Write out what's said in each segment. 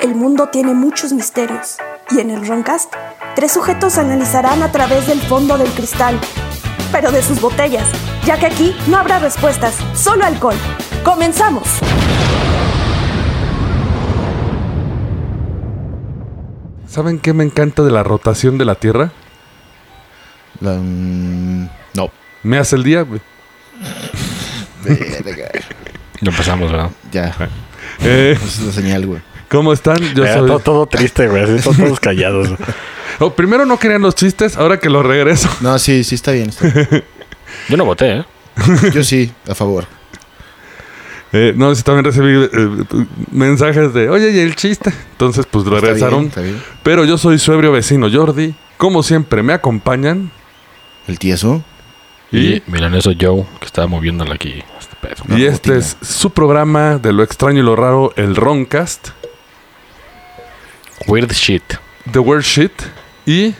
El mundo tiene muchos misterios y en el Roncast, tres sujetos analizarán a través del fondo del cristal, pero de sus botellas, ya que aquí no habrá respuestas, solo alcohol. ¡Comenzamos! ¿Saben qué me encanta de la rotación de la Tierra? La- mm, no. Me hace el día, güey. Verga. Lo empezamos, ¿verdad? ya. Eh, Esa es la señal, güey. ¿Cómo están? Yo Eh, Era soy... todo, todo triste, güey. así, todos- todos callados. Oh, primero no querían los chistes, ahora que los regreso. No, sí, sí está bien. está bien. Yo no voté, ¿eh? Yo sí, a favor. Eh, no, sí, también recibí eh, mensajes de, oye, ¿y el chiste? Entonces, pues Está regresaron. bien, está bien. Pero yo soy su ebrio vecino Jordi. Como siempre, me acompañan. El tieso. Y, Y miren eso, Joe, que estaba moviéndole aquí. Este pedo. y la este rutina. es su programa de lo extraño y lo raro, el Roncast, Weird shit. The Weird Shit. Y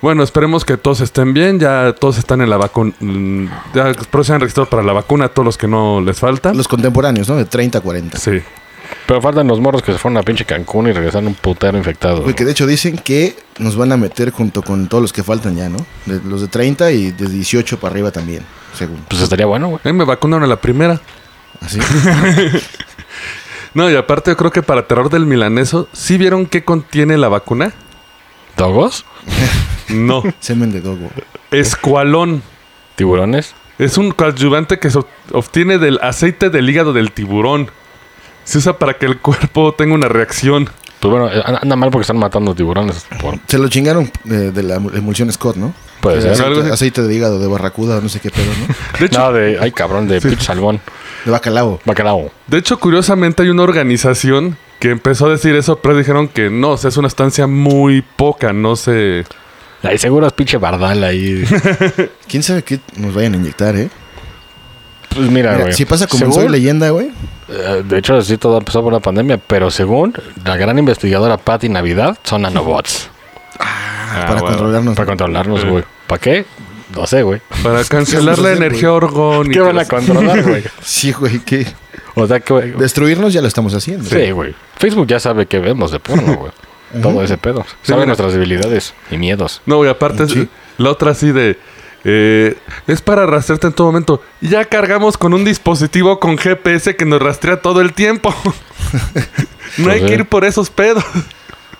bueno, esperemos que todos estén bien. Ya todos están en la vacuna. mm, Ya espero se han registrado para la vacuna, todos los que no les falta. Los contemporáneos, ¿no? De 30 a 40. Sí. Pero faltan los morros que se fueron a pinche Cancún y regresaron un putero infectado. Porque de hecho dicen que nos van a meter junto con todos los que faltan ya, ¿no? De- los de 30 y de 18 para arriba también, según. Pues estaría bueno, güey. A mí me vacunaron a la primera. Así. No, y aparte yo creo que para terror del milaneso, ¿sí vieron qué contiene la vacuna? ¿Dogos? No, Semen de dogo. escualón. ¿Tiburones? Es un coadyuvante que se obtiene del aceite del hígado del tiburón. Se usa para que el cuerpo tenga una reacción. Pues bueno, eh, anda anda mal porque están matando tiburones. Por, Se lo chingaron eh, de la emulsión Scott, ¿no? puede Eh, ser. algo así. aceite, aceite de hígado, de barracuda, no sé qué pedo, ¿no? De hecho, No, de. Ay, cabrón, de pinche salmón. De bacalao. Bacalao. de hecho, curiosamente hay una organización que empezó a decir eso, pero dijeron que no, o sea, es una estancia muy poca, no sé. Ahí seguro es pinche bardal ahí. ¿Quién sabe qué nos vayan a inyectar, eh? Pues mira, Mira, güey. si pasa como en Según- Soy Leyenda, güey. Eh, de hecho, sí, todo empezó por la pandemia, pero según la gran investigadora Patty Navidad, son nanobots. para Ah, bueno, controlarnos. Para controlarnos, güey. ¿Para qué? No sé, güey. Para cancelar la hacer, energía orgónica. ¿Qué van a controlar, güey? Sí, güey, que O sea, que... destruirnos ya lo estamos haciendo. Sí, güey. Facebook ya sabe que vemos de porno, güey. Todo ese pedo. sabe mira. nuestras debilidades y miedos. No, y aparte es- Sí. la otra así de... eh, es para rastrearte en todo momento. Ya cargamos con un dispositivo con GPS que nos rastrea todo el tiempo. no hay Pues, que eh. ir por esos pedos.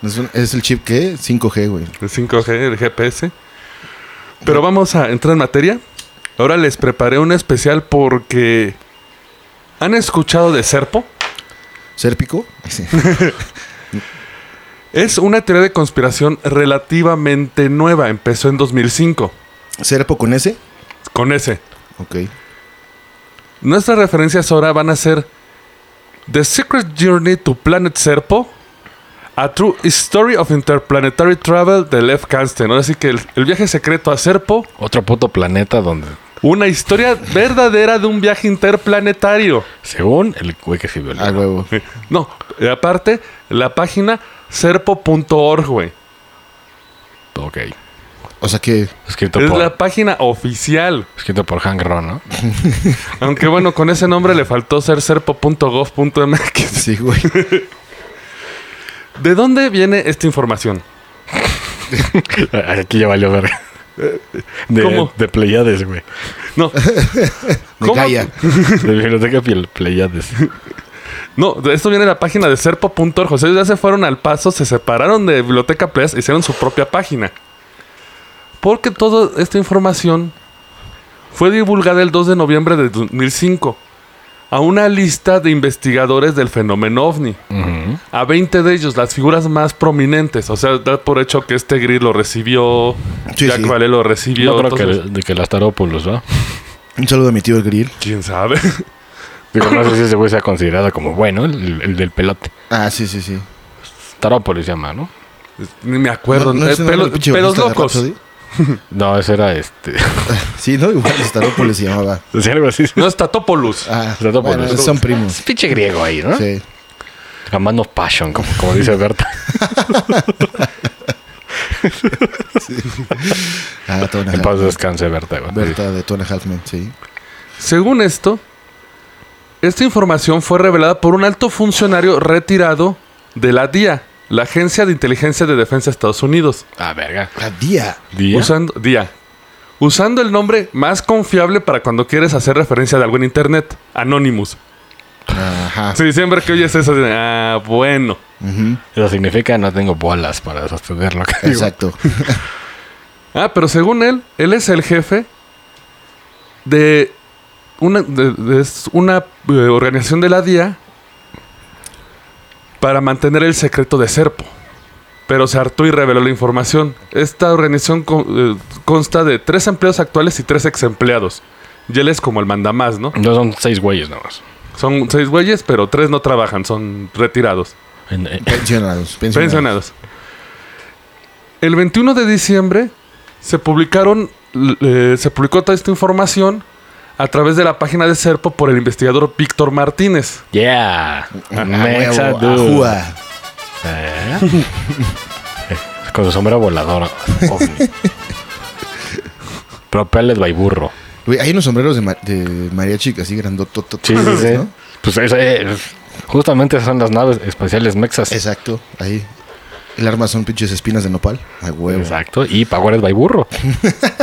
Es, un- es el chip que 5G, güey. El 5G, el GPS. Pero vamos a entrar en materia. Ahora les preparé un especial porque... ¿Han escuchado de Serpo? Sérpico. Sí. Es una teoría de conspiración relativamente nueva. Empezó en 2005. Serpo con S. Con ese. Ok. Ah, Nuestras referencias ahora van a ser The Secret Journey to Planet Serpo, A True Story of Interplanetary Travel de Lev Kansten. Ahora sí que el, el viaje secreto a Serpo, Otro puto planeta donde, una historia verdadera de un viaje interplanetario. según el güey que escribió el A libro. huevo. No, y aparte, la página serpo.org, güey. Ok. O sea que. Escrito Es por, la página oficial. escrito por Hank Ron, ¿no? Aunque bueno, con ese nombre le faltó ser serpo.gov.mx. Sí, güey. ¿De dónde viene esta información? Aquí ya valió ver. De, Eh, ¿Cómo? de Pleiades, güey. No, Me ¿Cómo? calla. De biblioteca Piel- Pleiades. No, de esto viene de la página de serpo.org. O sea, ellos ya se fueron al paso, se separaron de Biblioteca Playas e hicieron su propia página. Porque toda esta información fue divulgada el 2 de noviembre de 2005 a una lista de investigadores del fenómeno ovni. Ujú. A 20 de ellos, las figuras más prominentes. O sea, da por hecho que este Gris lo recibió, Sí, Jack sí. Vale lo recibió. Yo creo entonces, que, de que las tarópulos, ¿no? Un saludo a mi tío el grill. ¿Quién sabe? Digo, no sé si ese güey sea considerado como bueno, el, el del pelote. Ah, sí, sí, sí. Tarópolis se llama, ¿no? Ni me acuerdo. No, no Eh, es el nombre pelo- del pinche pelos bajista de locos. Rhapsody. No, ese era este. Sí, ¿no? Igual Starópolis se llamaba. Decía algo así. No está Topolus. Ah, Staropoulos. bueno, son primos. Es pinche griego ahí, ¿Ah? ¿no? Sí. A man of passion, como, como dice Berta. Ah, Tona En paz Halfman. descanse, Berta. güey. Berta de Tona Halfman, sí. Según esto, esta información fue revelada por un alto funcionario retirado de la DIA, la Agencia de Inteligencia de Defensa de Estados Unidos. Ah, verga. La día. ¿Día? Usando, DIA. Usando el nombre más confiable para cuando quieres hacer referencia de algo en internet, Anonymous. Ah. Ajá. Sí, siempre que oyes eso, dices, ah, bueno. Ujú. Eso significa no tengo bolas para sostener lo que digo. Exacto. Ah, pero según él, él es el jefe de una, de- de- es una eh, organización de la DIA para mantener el secreto de Serpo. Pero se hartó y reveló la información. Esta organización con- eh, consta de tres empleados actuales y tres ex empleados. Y él es como el mandamás, ¿no? No son seis güeyes nomás. Son seis güeyes, pero tres no trabajan, son retirados. En- en- Pensionados. Pensionados. Pensionados. El 21 de diciembre se publicaron, l- eh, se publicó toda esta información a través de la página de Serpo por el investigador Víctor Martínez. Yeah. Mexa Ah, Mexa dude. ¿Eh? Con su sombrero volador. ovni. Propelled by burro. Güey, hay unos sombreros de, ma- de mariachi así grandotototos, Sí, sí, sí. ¿no? Pues eso, eh, justamente son las naves espaciales mexas. Exacto, ahí. El arma son pinches espinas de nopal. A huevo. Exacto. Y Powered by burro.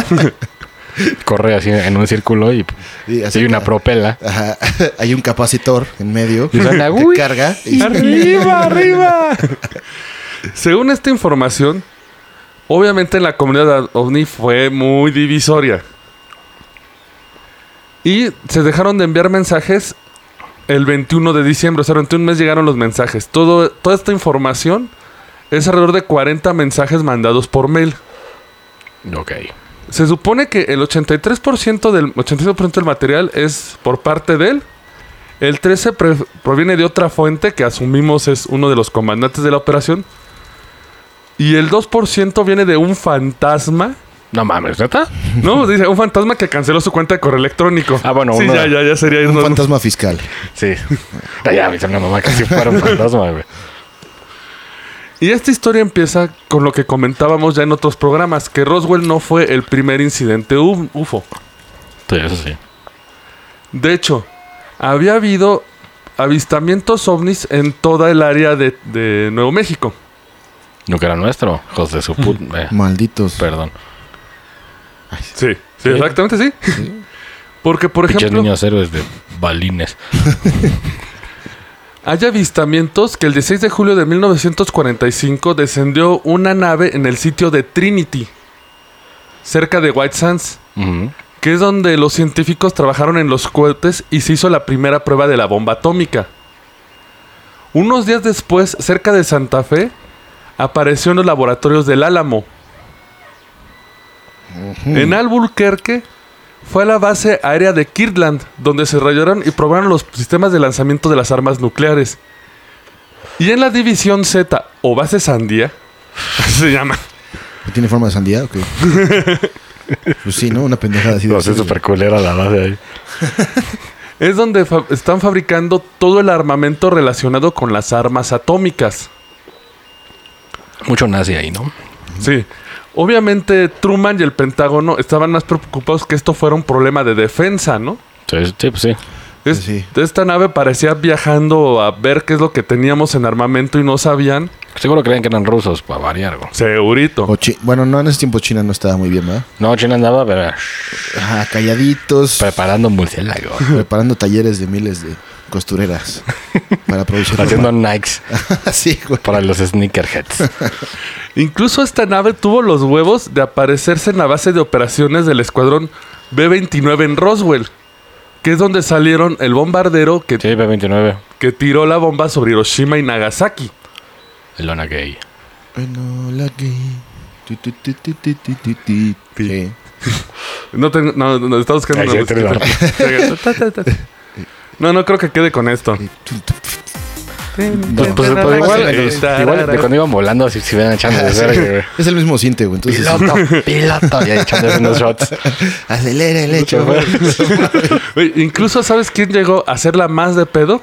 Corre así en un círculo y, Sí, así y una que- propela. Ajá. Hay un capacitor en medio Y suena, que "Uy". carga. y- ¡Arriba, arriba! Según esta información, obviamente la comunidad ovni fue muy divisoria. Y se dejaron de enviar mensajes el 21 de diciembre. O sea, durante un mes llegaron los mensajes. Todo, toda esta información es alrededor de 40 mensajes mandados por mail. Ok. Se supone que el 83% del, 82% del material es por parte de él. El 13% pre- proviene de otra fuente que asumimos es uno de los comandantes de la operación. Y el 2% viene de un fantasma. No mames, ¿neta? No, dice un fantasma que canceló su cuenta de correo electrónico. Ah, bueno, sí, uno- ya, ya, ya sería Un irnos- fantasma fiscal. Sí. Ya, ya, me hizo una mamá que si fuera un fantasma, güey. Y esta historia empieza con lo que comentábamos ya en otros programas, que Roswell no fue el primer incidente u- UFO. Sí, eso sí. De hecho, había habido avistamientos ovnis en toda el área de, de Nuevo México. No que era nuestro. Hijos de su puta. Malditos. perdón. Sí, exactamente sí. Porque, por Pinches ejemplo, niños héroes de balines. hay avistamientos que el 16 de julio de 1945 descendió una nave en el sitio de Trinity, cerca de White Sands, Ujú. que es donde los científicos trabajaron en los cohetes y se hizo la primera prueba de la bomba atómica. Unos días después, cerca de Santa Fe, apareció en los laboratorios del Álamo. En Albuquerque fue a la base aérea de Kirtland, donde se rayaron y probaron los sistemas de lanzamiento de las armas nucleares. Y en la División Z, o Base Sandía, así se llama. ¿Tiene forma de sandía? o qué? pues sí, ¿no? Una pendejada así de. No sé, súper culera la base ahí. Es donde fa- están fabricando todo el armamento relacionado con las armas atómicas. Mucho nazi ahí, ¿no? Sí. Obviamente Truman y el Pentágono estaban más preocupados que esto fuera un problema de defensa, ¿no? Sí, sí, pues sí. Es- Sí. Esta nave parecía viajando a ver qué es lo que teníamos en armamento y no sabían. Seguro creían que eran rusos, para variar, güey. Segurito. O chi- Bueno, no, en ese tiempo China no estaba muy bien, ¿verdad? No, China andaba pero, shh, Ajá, calladitos, preparando un murciélago. preparando talleres de miles de costureras para producir. haciendo Nikes sí, güey. para los sneakerheads. Incluso esta nave tuvo los huevos de aparecerse en la base de operaciones del escuadrón B-29 en Roswell, que es donde salieron el bombardero que, Sí, B-29. que tiró la bomba sobre Hiroshima y Nagasaki. Lona Gay. Bueno, la que- tu, tu, tu, tu, tu, tu, tu, tu. Sí. No, tengo- no, no, está buscando Ahí una sí, música. Ta, ta, ta, ta. No, no creo que quede con esto. Pues, pues, pues igual, eh, igual de cuando iban volando, si, si hubieran Ah, echando de verga, güey. Es el mismo cinte, güey. Entonces, Piloto, piloto. Y ahí echándose unos shots. acelera el hecho, güey. Oye, Incluso, ¿sabes quién llegó a hacerla más de pedo?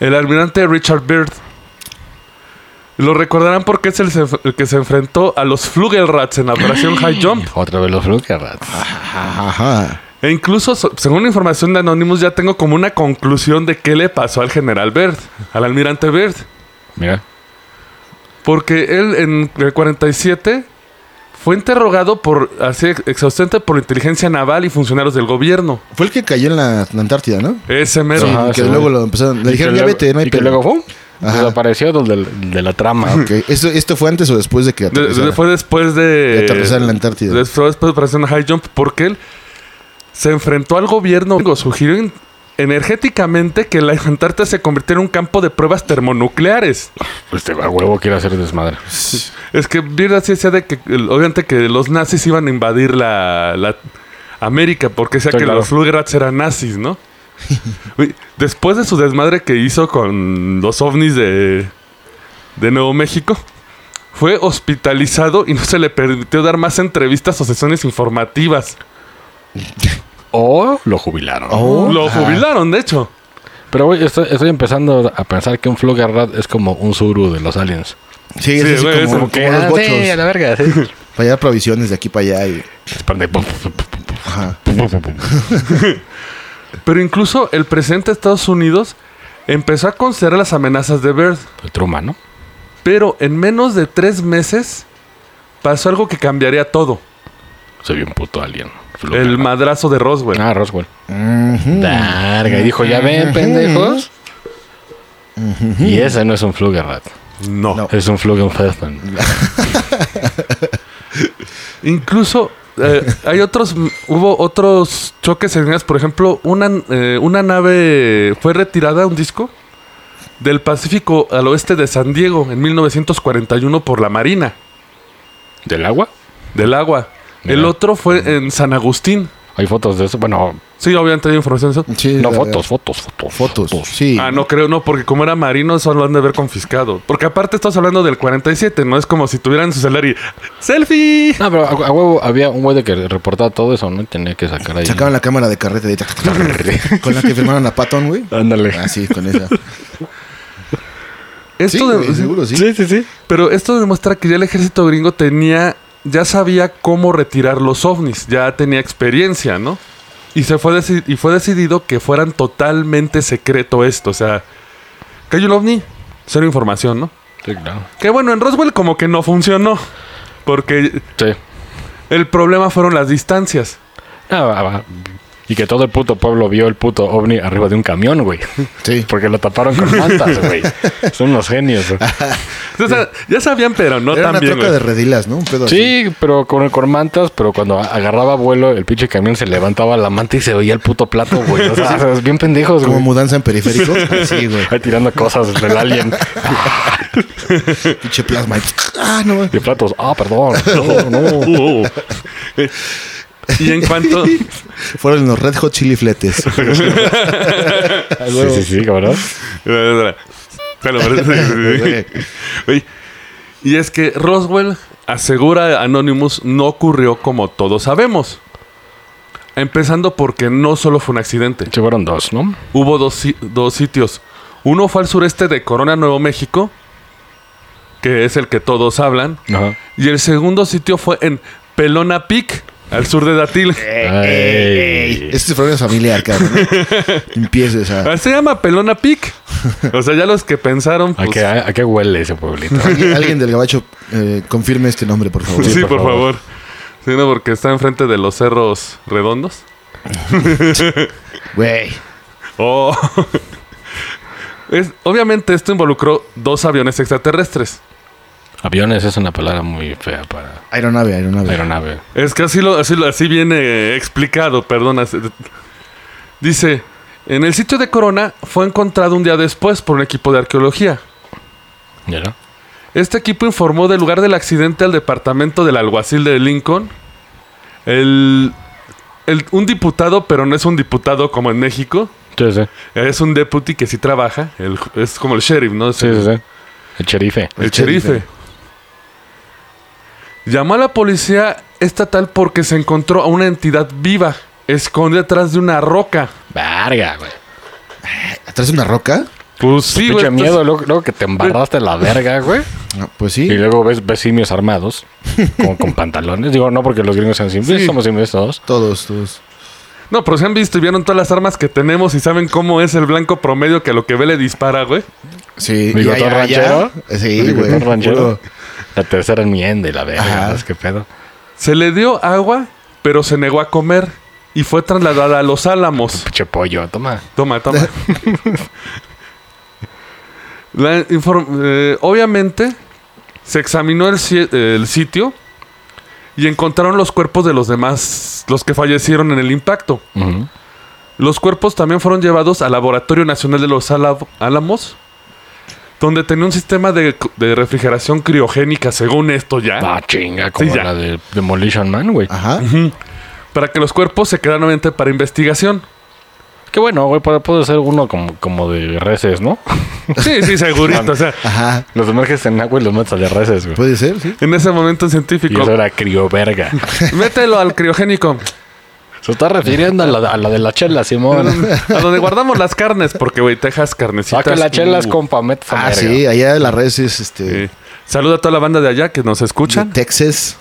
El almirante Richard Byrd. Lo recordarán porque es el, se- el que se enfrentó a los Flugelrats en la operación High Jump. Otra vez los Flukerrats. Ah. Ajá. E incluso, so- según la información de Anonymous, ya tengo como una conclusión de qué le pasó al general Byrd, al almirante Byrd. Mira. Porque él en el 47 fue interrogado por así ex- exhaustamente por la inteligencia naval y funcionarios del gobierno. Fue el que cayó en la, la Antártida, ¿no? Ese mero. Ajá, que sí. luego lo empezaron. Le Y que dijeron, ya luego- vete, no hay Y que pedo". luego ¡fum! Ajá. desapareció del- del- de la trama. Ok, ¿Esto, ¿Esto fue antes o después de que De- de- aterrizara? fue después de. De aterrizar en la Antártida. des- fue después de operación High Jump, porque él se enfrentó al gobierno. Sugirió en- energéticamente que la Antártida se convirtiera en un campo de pruebas termonucleares. Este a huevo quiere hacer desmadre. Es que bien así decía de que, el- obviamente, que los nazis iban a invadir la, la América, porque decía Sí, que claro. los Flugerats eran nazis, ¿no? Uy, Después de su desmadre que hizo con los ovnis de, de Nuevo México, fue hospitalizado y no se le permitió dar más entrevistas o sesiones informativas. O lo jubilaron. Oh, Lo ajá. jubilaron, de hecho. Pero, güey, estoy, estoy empezando a pensar que un Flugerrat es como un Zuru de los aliens. Sí, es Sí, así güey, es como, como Ah, como los bochos. la verga. Para allá provisiones de aquí para allá. y- Ajá. Pero incluso el presidente de Estados Unidos empezó a considerar las amenazas de Bird. El Truman, ¿no? Pero en menos de tres meses pasó algo que cambiaría todo. Se vio un puto alien. El madrazo de Roswell. Ah, Roswell. Mm. Ujú. Larga. Y dijo, ya ven, pendejos. Y ese no es un Flugerrat. No. No. Es un Flugenfelsen. Incluso eh, hay otros, hubo otros choques en por ejemplo, una, eh, una nave fue retirada, un disco, del Pacífico al oeste de San Diego en 1941 por la Marina, ¿Del agua? del agua. El Mira. otro fue en San Agustín. Hay fotos de eso. Bueno, Sí, obviamente hay información de eso. Sí, no la- fotos, fotos, fotos. Fotos, sí. Ah, no creo, no, porque como era marino, eso lo han de haber confiscado. Porque aparte estás hablando del 47, no es como si tuvieran su salario. ¡Selfie! No, pero a, a huevo había un güey de que reportaba todo eso, ¿no? Y Tenía que sacar ahí. Sacaban la cámara de carrete de con la que firmaron a Patton, güey. Ándale. Ah, sí, con esa. Esto Sí, de- güey, seguro, sí. sí, sí. Pero esto demuestra que ya el ejército gringo tenía, ya sabía cómo retirar los ovnis, ya tenía experiencia, ¿no? Y se fue deci- y fue decidido que fueran totalmente secreto esto, o sea, que hay un ovni, cero información, ¿no? Sí, claro. Que bueno, en Roswell como que no funcionó, porque Sí. el problema fueron las distancias. Ah, va, va. Y que todo el puto pueblo vio el puto ovni arriba de un camión, güey. Sí. Porque lo taparon con mantas, güey. Son unos genios. güey. O sea, ya sabían, pero no Era tan una bien. troca güey. de redilas, ¿no? Un pedo así. pues Sí, pero con, con mantas, pero cuando a- agarraba vuelo, el pinche camión se levantaba la manta y se veía el puto plato, güey. O sea, es bien pendejos, Como güey. mudanza en periférico. Sí, güey. Ahí tirando cosas del alien. Pinche plasma. Ah, no. Y platos, ah, perdón. No, no. Uh, uh. y en cuanto... Fueron los Red Hot Chili Fletes. Sí, sí, sí, cabrón. Te lo parece. Oye, y es que Roswell asegura Anonymous no ocurrió como todos sabemos. Empezando porque no solo fue un accidente. Sí, fueron dos, ¿no? Hubo dos, si- dos sitios. Uno fue al sureste de Corona, Nuevo México, que es el que todos hablan. Ajá. Y el segundo sitio fue en Pelona Peak, al sur de Datil. Ay. Este es problema familiar, cabrón. Empieces a... Ah, Se llama Pelona Peak. O sea, ya los que pensaron. ¿A pues, qué, a qué huele ese pueblito? Alguien alguien del gabacho eh, confirme este nombre, por favor. Sí, Sí, por, por favor. favor. Sí, no, porque está enfrente de los cerros redondos. Güey. Oh. Es, obviamente esto involucró dos aviones extraterrestres. Aviones es una palabra muy fea para Aeronave, aeronave. aeronave. Es que así, lo, así, lo- así viene explicado, perdona. Dice, en el sitio de Corona fue encontrado un día después por un equipo de arqueología. ¿Ya no? Este equipo informó del lugar del accidente al departamento del alguacil de Lincoln. El- el, un diputado, pero no es un diputado como en México. Sí, sí. Es un deputy que sí trabaja. el- es como el sheriff, ¿no? Es Sí, el, sí, sí. El sherife. el El sheriff. sheriff. Llamó a la policía estatal porque se encontró a una entidad viva. Escondida detrás de una roca. Verga, güey. ¿Atrás de una roca? Pues sí, güey. Pinche entonces- miedo, luego, luego que te embarraste la verga, güey. Ah, pues sí. Y luego ves, ves simios armados, con, con pantalones. Digo, no porque los gringos sean simples, Sí. somos simples todos. Todos, todos. No, pero se han visto y vieron todas las armas que tenemos y saben cómo es el blanco promedio que a lo que ve le dispara, güey. Sí, Bigotón y allá- ranchero. allá- Sí, Bigotón güey. ranchero. puro- La tercera enmienda y la verga. Ajá. ¿sabes qué pedo? Se le dio agua, pero se negó a comer y fue trasladada a los Álamos. Pinche pollo, toma. Toma, toma. La inform- eh, obviamente, se examinó el, si- eh, el sitio y encontraron los cuerpos de los demás, los que fallecieron en el impacto. Ujú. Los cuerpos también fueron llevados al Laboratorio Nacional de los Ala- Álamos, donde tenía un sistema de, de refrigeración criogénica, según esto ya, Ah, chinga, como Sí, ya. la de Demolition Man, güey. Ajá. para que los cuerpos se quedaran obviamente para investigación. Qué bueno, güey, puede, puede ser uno como, como de reses, ¿no? Sí, sí, segurito. o sea, Ajá. Los emerges en agua y los matas de reses, güey. Puede ser, sí. en ese momento el Y científico, eso era crioverga. mételo al criogénico. Se está refiriendo a la, a la de la chela, Simón. A donde guardamos las carnes, porque, güey, Texas, carnecitas. Saca Ah, la chela, es uh, compa, metas a Ah, verga. sí, allá en las redes es este. sí. Saluda a toda la banda de allá que nos de escuchan. Texas.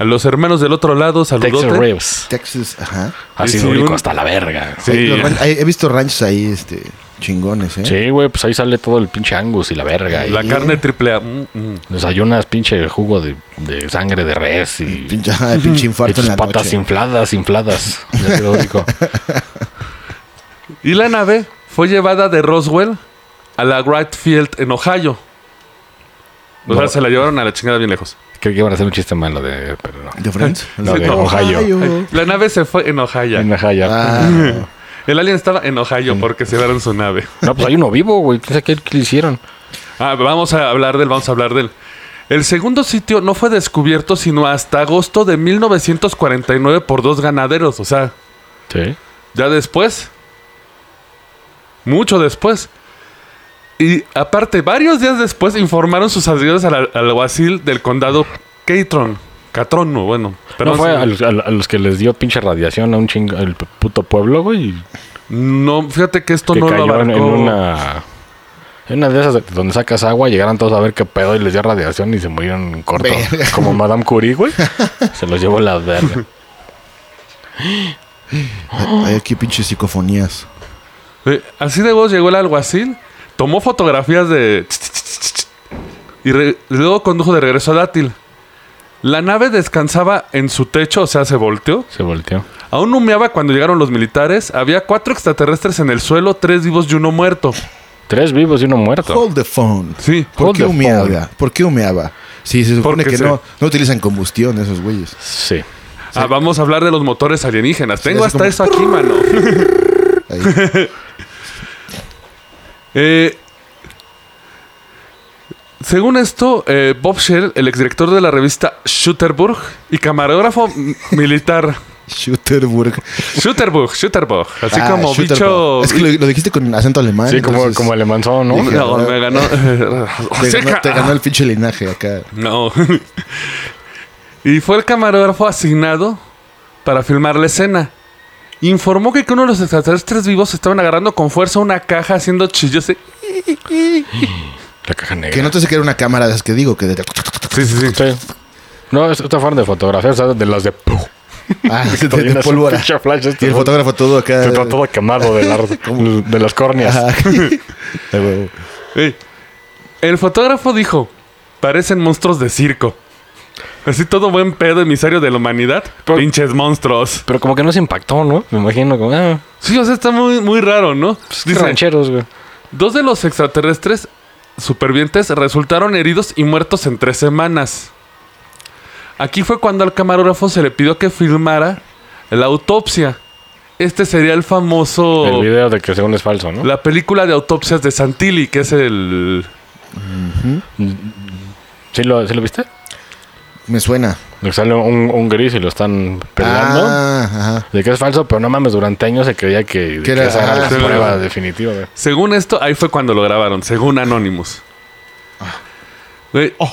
A los hermanos del otro lado, Texas saludote. Reeves. Texas, ajá. Así Sí, de único un- hasta la verga. Sí. Hay- los ran- hay- he visto ranchos ahí, este, chingones, ¿eh? Sí, güey, pues ahí sale todo el pinche Angus y la verga. Y La carne triple A. Mm, mm. Desayunas pinche jugo de, de sangre de res y, Pinche, ajá, el pinche y infarto tus en la patas noche. infladas, infladas. Ya te lo digo. Y la nave fue llevada de Roswell a la Wright Field en Ohio. O sea, No. se la llevaron a la chingada bien lejos. Creo que iban a hacer un chiste malo de... Pero no. ¿De Friends? No, de no. Ohio. La nave se fue en Ohio. En Ohio. Ah, El alien estaba en Ohio porque se llevaron su nave. No, pues hay uno vivo, güey. ¿Quién sabe qué qué le hicieron? Ah, vamos a hablar del, vamos a hablar del. El segundo sitio no fue descubierto sino hasta agosto de 1949 por dos ganaderos. O sea, Sí. ya después. Mucho después. Y aparte, varios días después informaron sus seguidores al, al alguacil del condado Catron. Catrono, bueno. Pero perdón, no fue a señor. los, a los- a los que les dio pinche radiación a un chingo... El p- puto pueblo, güey. y No, fíjate que esto que no lo cayó en, abarcó. en una... En una de esas de- donde sacas agua, llegaron todos a ver qué pedo y les dio radiación y se murieron en corto. Verga. Como Madame Curie, güey. Se los llevó la verga. hay aquí pinches psicofonías. Eh, Así de vos llegó el alguacil, tomó fotografías de... Y re- luego condujo de regreso a Dátil. La nave descansaba en su techo, o sea, se volteó. Se volteó. Aún humeaba cuando llegaron los militares. Había cuatro extraterrestres en el suelo, tres vivos y uno muerto. Tres vivos y uno muerto. Hold the phone. Sí. ¿Por Hold qué the humeaba? ¿Por qué humeaba? Sí, se supone Porque que se- no, no utilizan combustión esos güeyes. Sí. Ah, vamos a hablar de los motores alienígenas. Tengo es hasta como- eso aquí, mano. Ahí. Eh, según esto, eh, Bob Shell, el exdirector de la revista Shooterburg y camarógrafo m- militar. Shooterburg. Shooterburg, Shooterburg. Así Ah, como Shooterburg. bicho. Es que lo, lo dijiste con acento alemán. Sí, como, entonces- como alemanzón, ¿no? Dije- No, me ganó. Te Seca. ganó, te ganó Ah. el pinche linaje acá. No. y fue el camarógrafo asignado para filmar la escena. Informó que uno de los extraterrestres vivos estaban agarrando con fuerza una caja haciendo chillos. Sí, La caja negra. Que no te sé que era una cámara de las que digo, que de... sí, sí. Sí. No, es- esta fueron de fotografía, o sea, de las de... Ah, de, de Traían así un pólvora. pinche flash este Y el güey. fotógrafo todo acá. Está todo quemado de, las- de las córneas. Ajá. Ah, huevo. Ey. El fotógrafo dijo, parecen monstruos de circo. Así todo buen pedo emisario de la humanidad. Pero- Pinches monstruos. Pero como que no se impactó, ¿no? Me imagino como... Ah, pues, Sí, o sea, está muy, muy raro, ¿no? Pues, qué Dice, rancheros, güey. Dos de los extraterrestres supervivientes resultaron heridos y muertos en tres semanas. Aquí fue cuando al camarógrafo se le pidió que filmara la autopsia. Este sería el famoso... El video de que según es falso, ¿no? Oh. La película de autopsias de Santilli, que es el... ¿Sí, lo, ¿Sí lo viste? Me suena. Que sale un, un gris y lo están peleando. Ah, ajá. De que es falso, pero no mames, durante años se creía que, Que que era- esa era la ah, sí, prueba era- definitiva. güey. Según esto, ahí fue cuando lo grabaron, según Anonymous. Ah. Güey, Oh,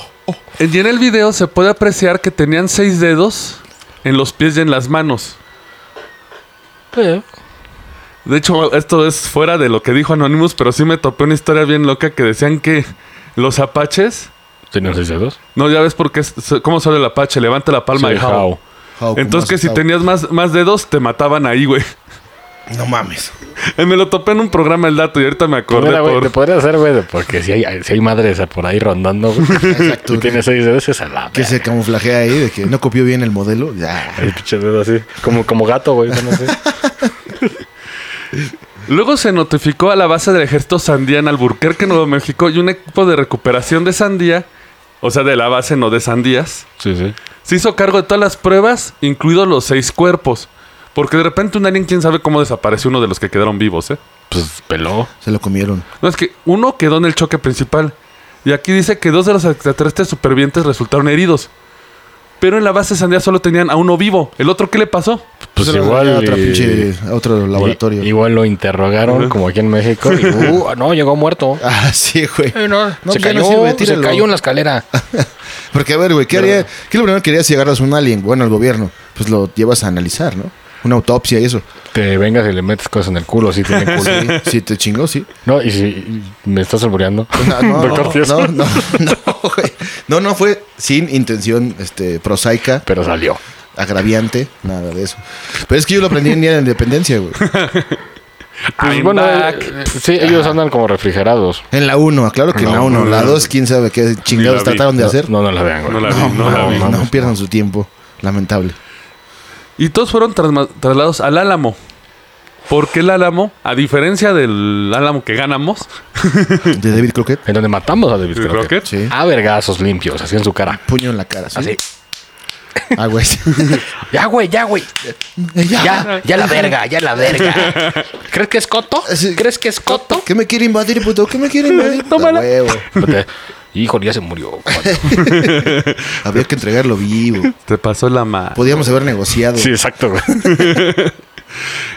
eh, Y en el video se puede apreciar que tenían seis dedos en los pies y en las manos. De hecho, esto es fuera de lo que dijo Anonymous, pero sí me topé una historia bien loca que decían que los apaches. ¿Tenían seis dedos? No, ya ves por qué. es- ¿Cómo sale el apache? Levanta la palma Sí, y jao. how. How, como Entonces, que has si estado. tenías más, más dedos, te mataban ahí, güey. No mames. Eh, Me lo topé en un programa el dato y ahorita me Pues acordé Mira, güey, por... te podría hacer, güey, de- porque si hay, si hay madres por ahí rondando, güey. Exacto. y tiene seis dedos, es a la Que se camuflajea ahí de que no copió bien el modelo. Ya. El pinche dedo así, como, como gato, güey. no sé. Luego se notificó a la base del ejército sandía en Alburquerque, Nuevo México, y un equipo de recuperación de sandía, o sea, de la base, no de sandías, Sí, sí. se hizo cargo de todas las pruebas, incluidos los seis cuerpos. Porque de repente un alien, quién sabe cómo desapareció uno de los que quedaron vivos, ¿eh? Pues peló. Se lo comieron. No, es que uno quedó en el choque principal. Y aquí dice que dos de los extraterrestres supervivientes resultaron heridos. Pero en la base sandía solo tenían a uno vivo. ¿El otro qué le pasó? Pues Se lo igual. mandaron A, otra y- pinche- a otro laboratorio. y- igual lo interrogaron, Ajá. como aquí en México. Y, uh, no, llegó muerto. Ah, sí, güey. Ay, no, No, se ya cayó, no sirve, se tíralo. cayó en la escalera. Porque, a ver, güey, ¿qué haría? ¿Qué es lo primero que harías si agarras un alien? Bueno, el gobierno. Pues lo llevas a analizar, ¿no? Una autopsia y eso. Pues Te vengas y le metes cosas en el culo, sí tiene culo. Sí, sí, te chingó, sí. No, y si me estás albureando. No, no, No cortes. no, no, no, güey. No, no fue sin intención este, prosaica, Pero salió. agraviante, nada de eso. Pero es que yo lo aprendí en Día de la Independencia, güey. Pues, I'm bueno, back. eh, sí, ellos andan como refrigerados. En la 1, claro que en la No, 1. no, La no. 2, quién sabe qué Ni la chingados vi. trataron de hacer. No, no la vean, güey. No la vi, no la vi. No, no pierdan su tiempo. Lamentable. Y todos fueron trasma- trasladados al Álamo. Porque el Álamo, a diferencia del Álamo que ganamos, De David Crockett, En donde matamos a David el Crockett. Crockett, sí. A vergazos limpios, así en su cara. Puño en la cara, sí. Así. Ah, güey. Ya, güey, ya, güey. Ya, ya la verga, ya la verga. ¿Crees que es coto? Sí. ¿Crees que es coto? ¿Qué me quiere invadir, puto? ¿Qué me quiere invadir? puto? Tómala. Huevo. Espérate. Híjole, ya se murió. Habría que entregarlo vivo. te pasó la mano. Podíamos haber negociado. Sí, exacto, güey.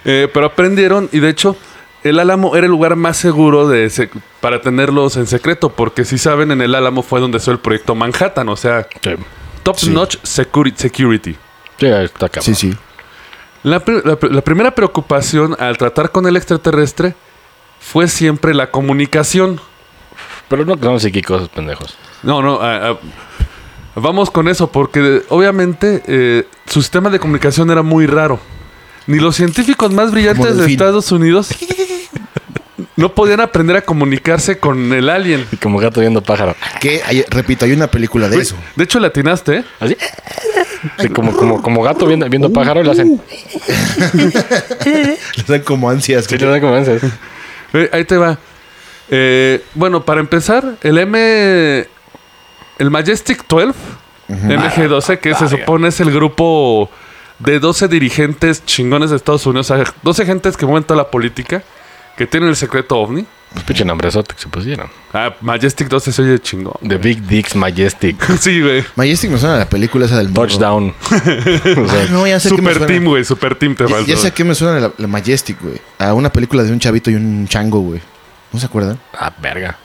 Eh, pero aprendieron y de hecho el Álamo era el lugar más seguro de se- para tenerlos en secreto. Porque si saben, en el Álamo fue donde hizo el proyecto Manhattan. O sea, Sí, top Sí. notch securi- security. Sí, está cabrón. Sí, sí. La, pri- la pri- la primera preocupación al tratar con el extraterrestre fue siempre la comunicación. Pero no que son psíquicos, pendejos. No, no. ah, ah, vamos con eso, porque obviamente eh, su sistema de comunicación era muy raro. Ni los científicos más brillantes de delfín. Estados Unidos no podían aprender a comunicarse con el alien. Y como gato viendo pájaro. Que, hay- repito, hay una película de eso. De hecho, le atinaste, ¿eh? Así. Sí, como, como, como gato viendo, viendo pájaro y lo Uh. hacen. Le dan como ansias. Sí, güey. le dan como ansias. Eh, Ahí te va. Eh, bueno, para empezar, el M. El Majestic 12, MG12, que se supone es el grupo de 12 dirigentes chingones de Estados Unidos, o sea, 12 gentes que mueven toda la política, que tienen el secreto ovni. Pues pinche nombrezote que se pusieron. Ah, Majestic 12 se oye chingón. The Big Dicks Majestic. Sí, güey. Majestic me suena a la película esa del morro. Touchdown. O sea, Ah, no, ya sé que me Super suena. team, güey, super team te Ya, faltó. ya sé a qué me suena la, la Majestic, güey. A una película de un chavito y un chango, güey. ¿No se acuerdan? Ah, verga.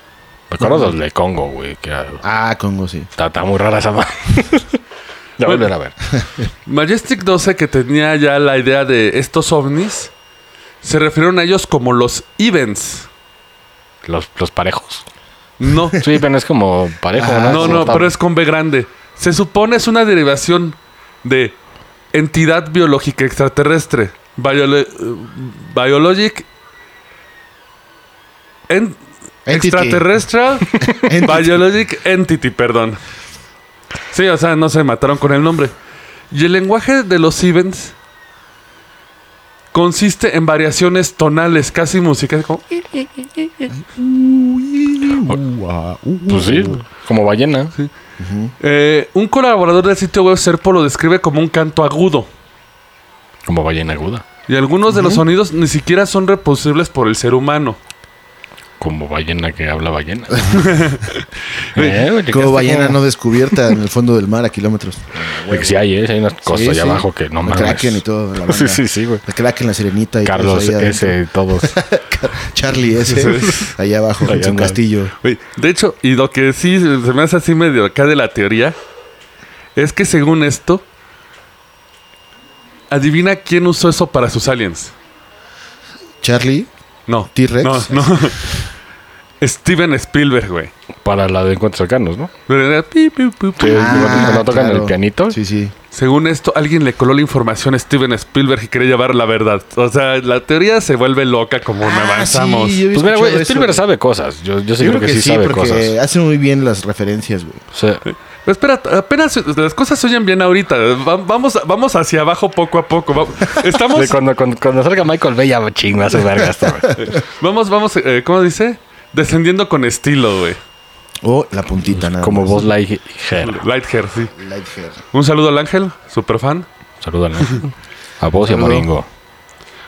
Me acuerdo de los de Congo, güey. Que era- Ah, Congo, sí. está, está muy rara esa madre. Ya volver a ver. Majestic 12, que tenía ya la idea de estos ovnis, se refirieron a ellos como los Events. Los, los parejos. No. Sí, pero es como parejo, Ah, No, Sí, no, está- pero es con B grande. Se supone es una derivación de entidad biológica extraterrestre. Biolo- eh, biologic. en- Entity. Extraterrestrial. biologic Entity, perdón. Sí, o sea, no se mataron con el nombre. Y el lenguaje de los Evens consiste en variaciones tonales, casi musicales. como- Pues sí, como ballena. Eh, un colaborador del sitio web Serpo lo describe como un canto agudo. Como ballena aguda. Y algunos de los sonidos ni siquiera son reproducibles por el ser humano. Como ballena que habla ballena. Eh, Como ballena no descubierta en el fondo del mar a kilómetros. Sí, hay, ¿eh? Sí hay unas cosas Sí, allá sí. abajo que no El mames. Kraken y todo. La banda. Sí, sí, sí, güey. El Kraken, la sirenita y todo Carlos eso ahí adentro. ese, todos. Charlie ese. allá abajo, Ahí en su anda. castillo. Oye, De hecho, y lo que sí se me hace así medio acá de la teoría, es que según esto, adivina quién usó eso para sus aliens. Charlie. No. ¿T-Rex? No, no. Steven Spielberg, güey. Para la de encuentros cercanos, ¿no? Eh, Pero era pi, pi, pi, pi. Sí. cuando tocan el pianito. Ah, Sí, sí. Según esto, alguien le coló la información a Steven Spielberg y quería llevar la verdad. O sea, la teoría se vuelve loca como me avanzamos. Ah, sí, yo había Pues mira, escuchado güey, eso, Spielberg güey. sabe cosas. Yo, yo sí Yo creo que, sí, sabe porque cosas. hace muy bien las referencias, güey. Sí. Pero espera, apenas las cosas se oyen bien ahorita. Va- Vamos, vamos hacia abajo poco a poco. Va- De Estamos, cuando, cuando, cuando salga Michael Bay, ya chingo, hace verga esto, güey. vamos, vamos, eh, ¿cómo dice? Descendiendo con estilo, güey. O la puntita, nada Pues, Como más. vos Lightyear. Lighthair, sí. Lightyear. Un saludo al Ángel, super fan. Salúdame. A vos y a Saludo. Moringo.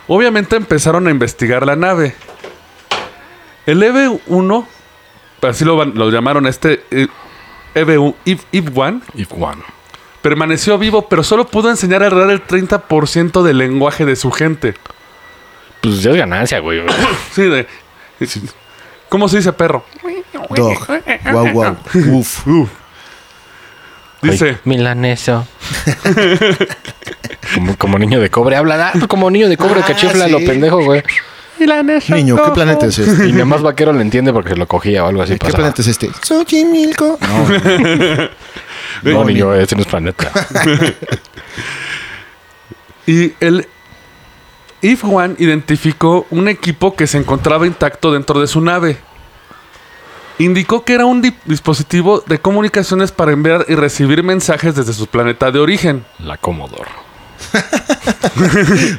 Obviamente empezaron a investigar la nave. El EV-1, así lo, van- lo llamaron este EV-1, If one. permaneció vivo, pero solo pudo enseñar a errar el 30% del lenguaje de su gente. Pues ya es ganancia, güey. Sí, de... ¿Cómo se dice perro? Dog. Wow, wow. Uf. Dice, Milaneso. como, como niño de cobre. Habla, ah, como niño de cobre que Ah, chifla sí. lo pendejo, güey. Niño, ¿qué planeta es este? Y nada más vaquero le entiende porque se lo cogía o algo así. ¿Qué pasaba. planeta es este? Xochimilco. No, No, niño, este no es planeta. y el IF-1 identificó un equipo que se encontraba intacto dentro de su nave. Indicó que era un di- dispositivo de comunicaciones para enviar y recibir mensajes desde su planeta de origen. La Commodore.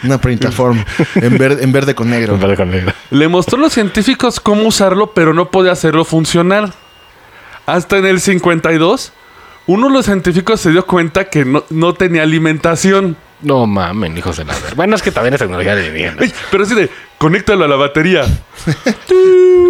una printa form. En, ver- en verde con negro. Compadre con negro. Le mostró a los científicos cómo usarlo, pero no podía hacerlo funcionar. Hasta en el 52, uno de los científicos se dio cuenta que no, no tenía alimentación. No mamen, hijos de la verga. Bueno, es que también es tecnología de indígena. Ey, pero así de, conéctalo a la batería.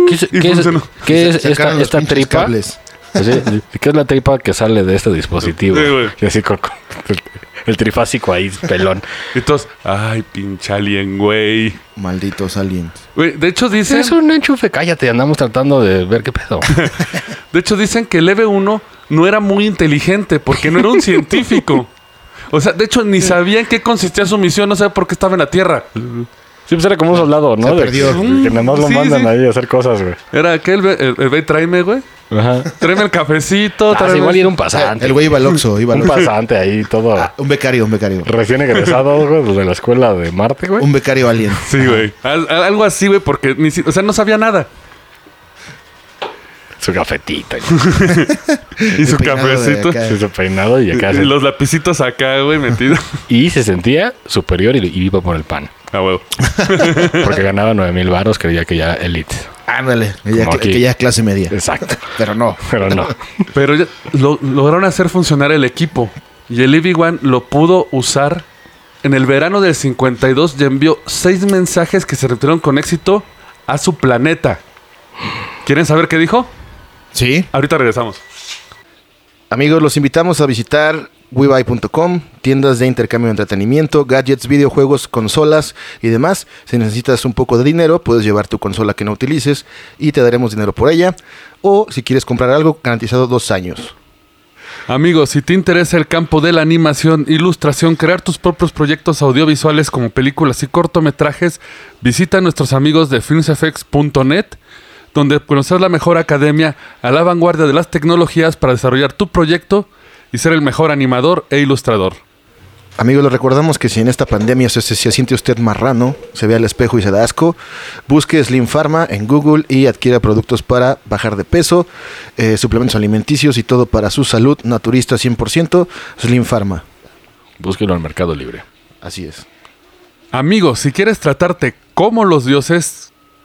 ¿Qué es, Y qué es- funcionó. qué es Sacaron esta, los esta pinches tripa? cables. Así, ¿Qué es la tripa que sale de este dispositivo? Sí, güey. Y así con, con el, el trifásico ahí, pelón. Y todos, ay, pinche alien, güey. Malditos aliens. Güey, De hecho, dicen, Es un enchufe, cállate, andamos tratando de ver qué pedo. de hecho, dicen que el EV-1 no era muy inteligente porque no era un científico. O sea, de hecho, ni sabían qué consistía su misión, no sabía por qué estaba en la Tierra. Siempre pues era como un soldado, ¿no? Se De- perdió. Que, que nada más lo Sí, mandan sí. ahí a hacer cosas, güey. Era aquel, ve- el, el ve, tráeme, güey. Ajá. Tráeme el cafecito. Ah, sí, tráeme- igual y era un pasante. El güey iba al Oxxo, iba al un Oxxo. Ah, pasante ahí, todo Un becario, un becario. recién egresado, güey, pues, de la escuela de Marte, güey. Un becario alien. Sí, güey. Al- al- algo así, güey, porque ni si- o sea, no sabía nada. Su gafetita, y Y su peinado de cafecito. acá. su peinado y acá. Y se- los lapicitos acá, güey, metidos. Y se sentía superior y, y vivo por el pan. Ah, huevo. Porque ganaba 9 mil varos, creía que ya elite. Ándale. Ella, Como aquí. que ya es clase media. Exacto. Pero no. Pero no. Pero ya lo- lograron hacer funcionar el equipo. Y el EV-1 lo pudo usar en el verano del 52 y envió seis mensajes que se retiraron con éxito a su planeta. ¿Quieren saber qué dijo? Sí. Ahorita regresamos. Amigos, los invitamos a visitar WeBuy.com, tiendas de intercambio de entretenimiento, gadgets, videojuegos, consolas y demás. Si necesitas un poco de dinero, puedes llevar tu consola que no utilices y te daremos dinero por ella. O si quieres comprar algo, garantizado dos años. Amigos, si te interesa el campo de la animación, ilustración, crear tus propios proyectos audiovisuales como películas y cortometrajes, visita a nuestros amigos de filmsfx.net, donde conocer la mejor academia a la vanguardia de las tecnologías para desarrollar tu proyecto y ser el mejor animador e ilustrador. Amigos, les recordamos que si en esta pandemia se, se- se siente usted marrano, se ve al espejo y se da asco, busque Slim Pharma en Google y adquiera productos para bajar de peso, eh, suplementos alimenticios y todo para su salud naturista 100%, Slim Pharma. Búsquelo al Mercado Libre. Así es. Amigos, si quieres tratarte como los dioses,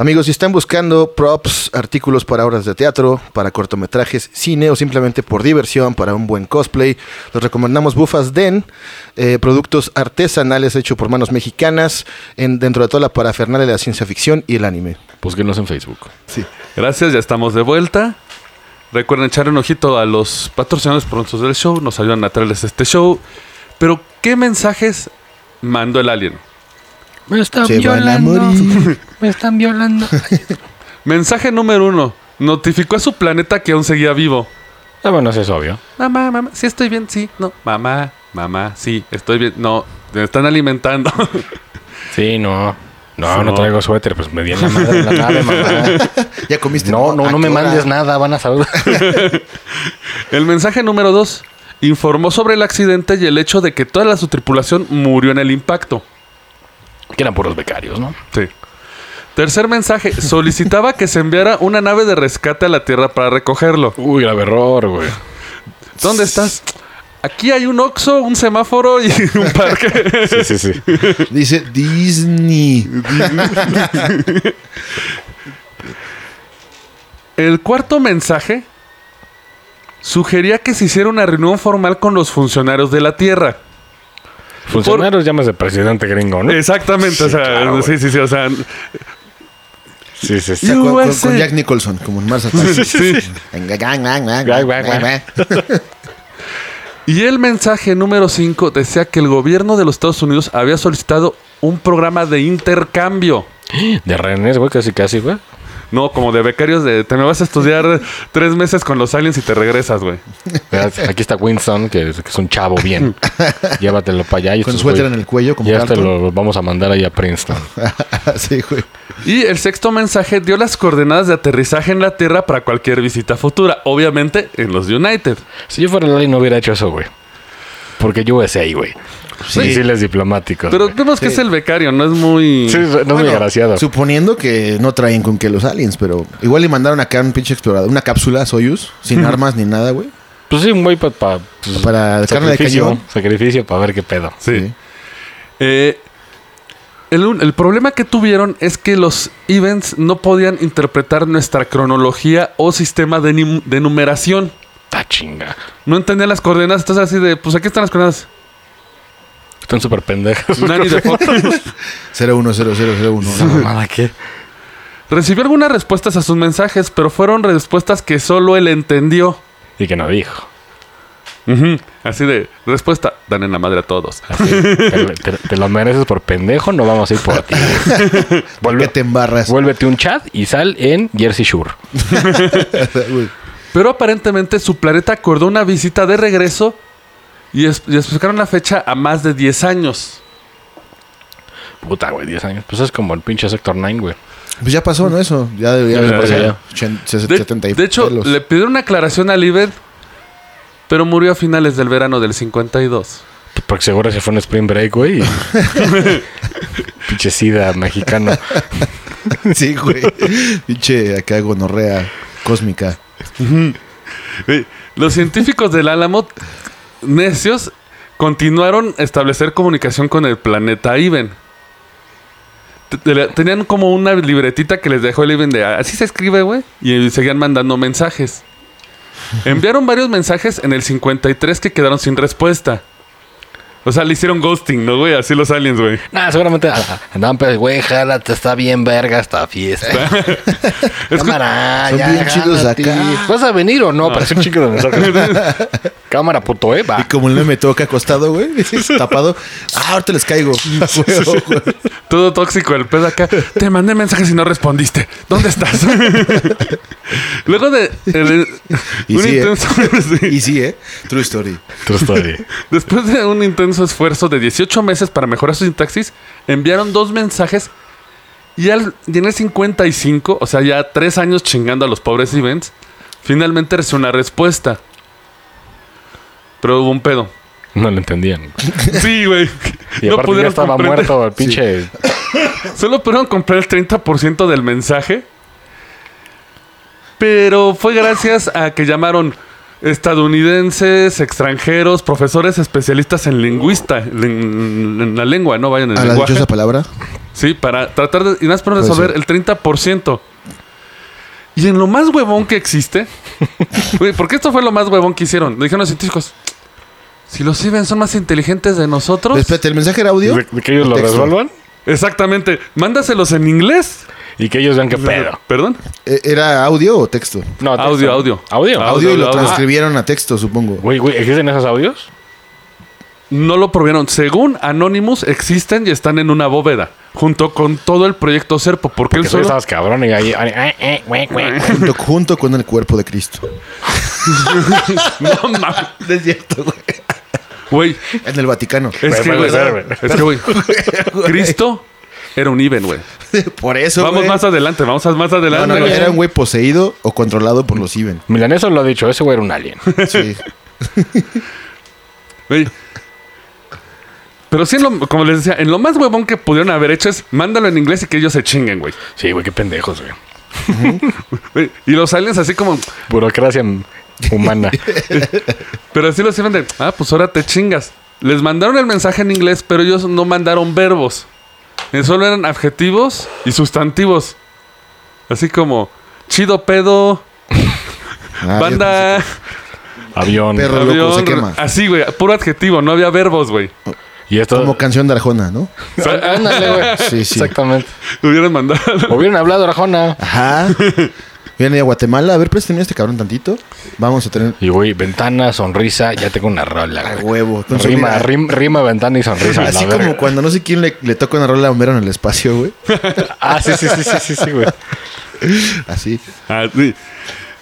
Amigos, si están buscando props, artículos para obras de teatro, para cortometrajes, cine o simplemente por diversión, para un buen cosplay, les recomendamos Bufas Den, eh, productos artesanales hechos por manos mexicanas, en, dentro de toda la parafernalia de la ciencia ficción y el anime. Búsquenlos en Facebook. Sí. Gracias, ya estamos de vuelta. Recuerden echar un ojito a los patrocinadores prontos del show. Nos ayudan a traerles este show. Pero, ¿qué mensajes mandó el alien? Me están Se van a morir. Me están violando. Mensaje número uno. Notificó a su planeta que aún seguía vivo. Ah, bueno, eso es obvio. Mamá, mamá, sí estoy bien, sí, no. Mamá, mamá, sí, estoy bien, no. Me están alimentando. Sí, no. No, Sí, no Este, no. traigo suéter, pues me di en la madre en la nave, mamá. Ya comiste. No, no, ¿A no me qué hora? mandes nada, van a saber. el mensaje número dos. Informó sobre el accidente y el hecho de que toda la- su tripulación murió en el impacto. que eran puros becarios, ¿no? Sí. Tercer mensaje. Solicitaba que se enviara una nave de rescate a la Tierra para recogerlo. Uy, grave error, güey. ¿Dónde estás? Aquí hay un oxo, un semáforo y un parque. Sí, sí, sí. Dice Disney. El cuarto mensaje sugería que se hiciera una reunión formal con los funcionarios de la Tierra. Funcionarios llamas de presidente gringo, ¿no? Exactamente, Sí, o sea, claro, güey. sí, sí, sí, o sea, Sí, sí, O sí. sea, con, con- con USA. Pues Jack Nicholson, como en Mars Attacks. sí. Gang, gang, gang, gang, Gang, gang, gang, gang. gang. Y el mensaje número 5 decía que el gobierno de los Estados Unidos había solicitado un programa de intercambio. De rehenes, güey, casi, casi, güey. No, como de becarios de te me vas a estudiar tres meses con los aliens y te regresas, güey. Mira, Aquí está Winston, que, es- que es un chavo bien. Llévatelo para allá. Y Con estos, suéter güey, en el cuello, como Ya te Carlton. lo vamos a mandar ahí a Princeton. sí, güey. Y el sexto mensaje dio las coordenadas de aterrizaje en la Tierra para cualquier visita futura, obviamente en los United. Si yo fuera el alien no hubiera hecho eso, güey. Porque yo es ahí, güey. Sí. Misiles diplomáticos. Pero güey. vemos que es el becario, no es muy... sí, no es muy Bueno, agraciado. Suponiendo que no traen con que los aliens, pero igual le mandaron acá un pinche explorador, una cápsula Soyuz, sin armas ni nada, güey. Pues sí, un güey para... Pa, pues, Para carne de cañón. Sacrificio para ver qué pedo. Sí. Sí. Eh, el, un- el problema que tuvieron es que los events no podían interpretar nuestra cronología o sistema de, nim- de numeración. Está Ah, chinga. No entendían las coordenadas, entonces así de, pues aquí están las coordenadas. Están súper pendejos. Nanny de foto. 010001. Esa mamada, ¿qué? Recibió algunas respuestas a sus mensajes, pero fueron respuestas que solo él entendió. Y que no dijo. Ujú. Así de, respuesta, dan en la madre a todos. Te, te- te lo mereces por pendejo, no vamos a ir por ti. güey. Que Vuelve- te embarras. Vuélvete un chat y sal en Jersey Shore. güey. Pero aparentemente su planeta acordó una visita de regreso y, es- y especificaron la fecha a más de 10 años. Puta, güey, 10 años. Pues es como el pinche Sector 9, güey. Pues ya pasó, ¿no? Eso. Ya Ya, debería haber ya, pasado. ya. Ochen- ses- De, 70 y de hecho, pelos. le pidieron una aclaración a Liber, pero murió a finales del verano del 52. Pues Porque seguro se fue un Spring Break, güey. y- pinche sida mexicano. Sí, güey. Pinche acá gonorrea cósmica. Eh, Los científicos del Álamo, necios, continuaron a establecer comunicación con el planeta Iben. Te- te- Tenían como una libretita que les dejó el Iben de así se escribe, güey. Y seguían mandando mensajes. Enviaron varios mensajes en el 53 que quedaron sin respuesta. O sea, le hicieron ghosting, ¿no, güey? Así los aliens, güey. Nah, seguramente ah, andaban, pero, güey, jálate, está bien verga esta fiesta. Es que- Cámara, Son ya, bien chidos jálate. acá. ¿Vas a venir o no? Parece un chico de nosotros. Cámara, puto, eh, va. Y como el meme toca acostado, güey, tapado. Ah, ahorita les caigo. Güey, güey. Todo tóxico, el pedo acá. Te mandé mensajes y no respondiste. ¿Dónde estás? Luego de el- Y un sí, ¿eh? intenso, sí. Y sí, ¿eh? True story. True story. Después de un intenso esfuerzo de 18 meses para mejorar su sintaxis, enviaron dos mensajes y, al, y en el 55, o sea, ya tres años chingando a los pobres events, finalmente recibió una respuesta. Pero hubo un pedo. No lo entendían. Sí, güey. Y aparte ya estaba comprender. muerto el pinche. Solo pudieron comprar el 30% del mensaje. Pero fue gracias a que llamaron estadounidenses, extranjeros, profesores especialistas en lingüista, lin- en la lengua, no vayan en A la Pues lenguaje. dichosa palabra. Sí, para tratar de. Y nada más para Puede resolver ser. el 30%. Y en lo más huevón que existe. Güey, porque esto fue lo más huevón que hicieron. Le dijeron los científicos: Si los Iben son más inteligentes de nosotros. Espérate, ¿el mensaje era audio? ¿De, de que ellos lo Texto. resuelvan? Exactamente. Mándaselos en inglés. Y que ellos vean qué pedo. ¿Perdón? Eh, ¿Era audio o texto? No, texto. Audio, audio. Audio. Au- Audio, y lo audio. transcribieron a texto, supongo. Güey, güey, ¿existen esos audios? No lo prohibieron. Según Anonymous, existen y están en una bóveda. Junto con todo el proyecto Serpo. Porque, Que él solo solo... estabas cabrón y ahí. ahí- eh, eh, güey, güey. Junto, junto con el cuerpo de Cristo. No mames. Es cierto, güey. Güey, En el Vaticano. es que, güey, espérame. es que, güey, Cristo era un even, güey. Por eso, Vamos güey. más adelante, vamos a- más No, adelante. no, no, güey. era un güey poseído o controlado por los Iben. Milaneso lo ha dicho, ese güey era un alien. Sí. Güey. Pero sí, en lo- como les decía, en lo más huevón que pudieron haber hecho es mándalo en inglés y que ellos se chinguen, güey. Sí, güey, qué pendejos, güey. Güey, Y los aliens así como... Burocracia humana. Pero así lo hicieron de... Ah, pues ahora te chingas. Les mandaron el mensaje en inglés, pero ellos no mandaron verbos. Eh, Solo eran adjetivos y sustantivos. Así como... Chido pedo, Ah, banda... Avión. Perro. loco, se quema. Así, güey. Puro adjetivo. No había verbos, güey. Y esto. pues, Como canción de Arjona, ¿no? O sea, Ándale, güey. Sí, sí. Exactamente. hubieran mandado... Hubieran hablado Arjona. Ajá. Viene a Guatemala. A ver, préstame este cabrón tantito. Vamos a tener. Y güey, ventana, sonrisa, ya tengo una rola. A güey. huevo. Con su Rima, vida. rim- rima, ventana y sonrisa. Así la verga. como cuando no sé quién le, le toca una rola a Homero en el espacio, güey. Ah, sí, sí, sí, sí, sí, sí, güey. Así. Ah, sí.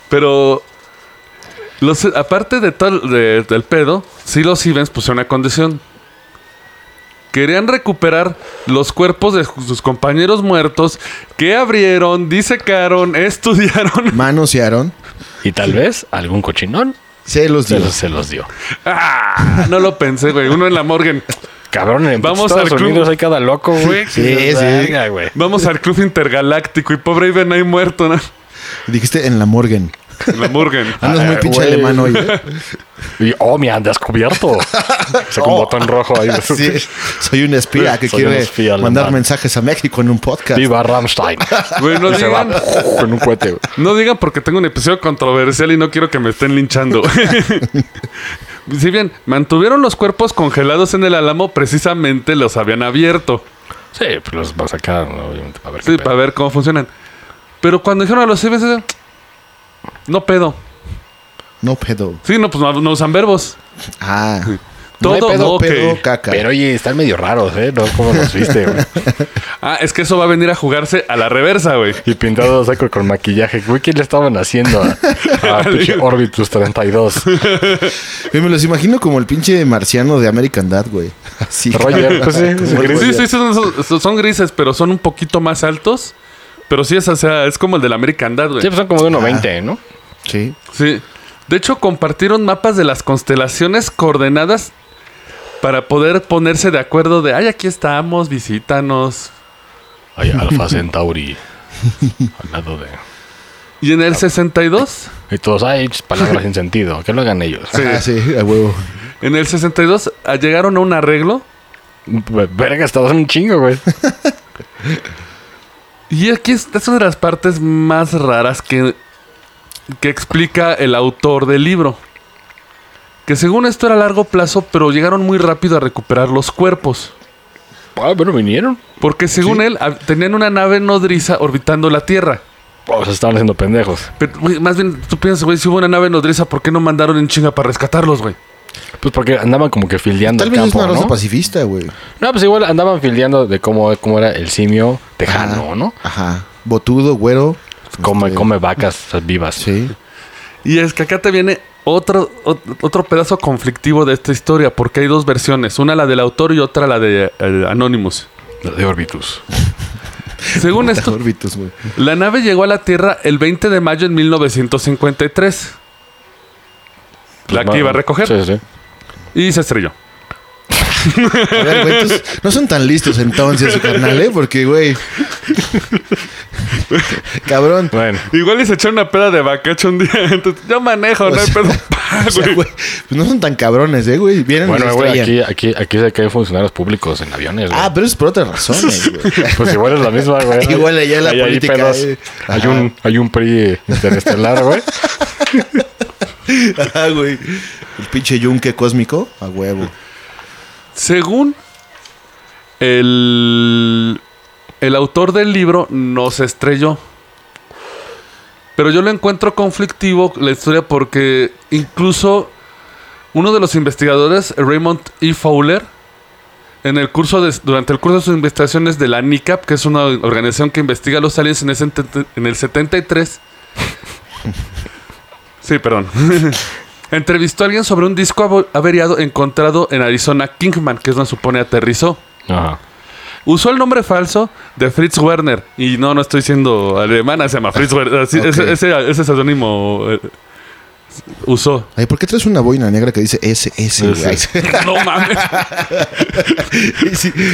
Pero los, aparte de tal de- del pedo, sí los Ivens pusieron una condición. Querían recuperar los cuerpos de ju- sus compañeros muertos que abrieron, disecaron, estudiaron. Manosearon. Y tal vez algún cochinón Se los se dio. los, se los dio. Ah, no lo pensé, güey. Uno en la Morgan. Cabrón, en Vamos Vamos al Estados club. Unidos hay cada loco, güey. Sí, sí. Verga, güey. Vamos al club intergaláctico y pobre Iven ahí muerto, ¿no? Dijiste en la Morgan. En la Morgan. Andas muy Ah, pinche güey. alemán hoy. ¿eh? Y, oh, me han descubierto. Sacó un botón rojo ahí. Oh. Sí, soy un espía que Soy un quiere espía alemán. mandar mensajes a México en un podcast. Viva Rammstein. Güey, no Y se va digan, con un cohete, güey. No digan porque tengo un episodio controversial y no quiero que me estén linchando. si bien mantuvieron los cuerpos congelados en el álamo, precisamente los habían abierto. Sí, pues los va a sacar, ¿no? obviamente, para ver Sí, qué para pedo. ver cómo funcionan. Pero cuando dijeron a los civiles, no pedo. No pedo. Sí, no, pues no, no usan verbos. Ah. Todo no hay pedo, ok. pedo, caca. Pero oye, están medio raros, ¿eh? No como los viste, güey. Ah, es que eso va a venir a jugarse a la reversa, güey. Y pintado saco con maquillaje. Güey, ¿qué le estaban haciendo a, a pinche Orbitus 32? Yo me los imagino como el pinche marciano de American Dad, güey. Así. Roger, pues sí, Como sí, el gris. Sí, sí, son, son- son grises, pero son un poquito más altos. Pero sí es, o sea, es como el del American Dad, güey. Sí, pues son como de 1.20, ¿no? Sí. Sí. De hecho, compartieron mapas de las constelaciones coordenadas para poder ponerse de acuerdo de, ay, aquí estamos, visítanos. Hay Alfa Centauri al lado de... Y en el 62, Y todos, ay, ch- palabras sin sentido. Que lo hagan ellos. Ajá, sí, a huevo. en el 62 ah, llegaron a un arreglo V- Verga, estabas un chingo, güey. y aquí es, es una de las partes más raras que, que explica el autor del libro. Que según esto era a largo plazo, pero llegaron muy rápido a recuperar los cuerpos. Ah, bueno, vinieron. Porque según él, hab- tenían una nave nodriza orbitando la Tierra. O sea, Oh, estaban haciendo pendejos. Pero, güey, más bien, tú piensas, güey, si hubo una nave nodriza, ¿por qué no mandaron en chinga para rescatarlos, güey? Pues porque andaban como que fildeando Tal el vez es campo, una raza ¿no? pacifista, güey. No, pues igual andaban fildeando de cómo, cómo era el simio tejano, ¿no? Ajá. Botudo, güero. Come, Este, come vacas o sea, vivas. Sí. Y es que acá te viene otro, ot- otro pedazo conflictivo de esta historia, porque hay dos versiones, una la del autor y otra la de eh, Anonymous. De Orbitus. Según esto, Orbitus, güey. la nave llegó a la Tierra el 20 de mayo de 1953. Pues La que iba a recoger. Sí, sí. Y se estrelló. A ver, güey, entonces, no son tan listos entonces, carnal, ¿eh? Porque, güey. Cabrón. Bueno. Igual y se echó una peda de bacacho un día. Entonces, yo manejo, O no hay sea, pedo. O sea, güey. güey, pues no son tan cabrones, ¿eh, güey? Vienen y Bueno, se güey, estrellan. aquí, aquí, aquí se caen funcionarios públicos en aviones, güey. Ah, pero es por otras razones, güey. Pues igual es la misma, güey. Igual allá la Hay ahí política, pedos. eh. Hay un, hay un PRI interestelar, güey. Ah, güey. El pinche yunque cósmico. A huevo. Según el El autor del libro no se estrelló. Pero yo lo encuentro conflictivo la historia porque incluso uno de los investigadores, Raymond E. Fowler, en el curso de- durante el curso de sus investigaciones de la NICAP, que es una organización que investiga los aliens en, ese ente- en el 73. sí, perdón. Entrevistó a alguien sobre un disco avo- averiado encontrado en Arizona Kingman, que es donde supone aterrizó. Ajá. Usó el nombre falso de Fritz Werner. Y no, no estoy siendo alemana, se llama Fritz Werner. Así- Ok. Ese, ese, ese seudónimo, eh, usó. Ay, ¿por qué traes una boina negra que dice SS, güey? No mames.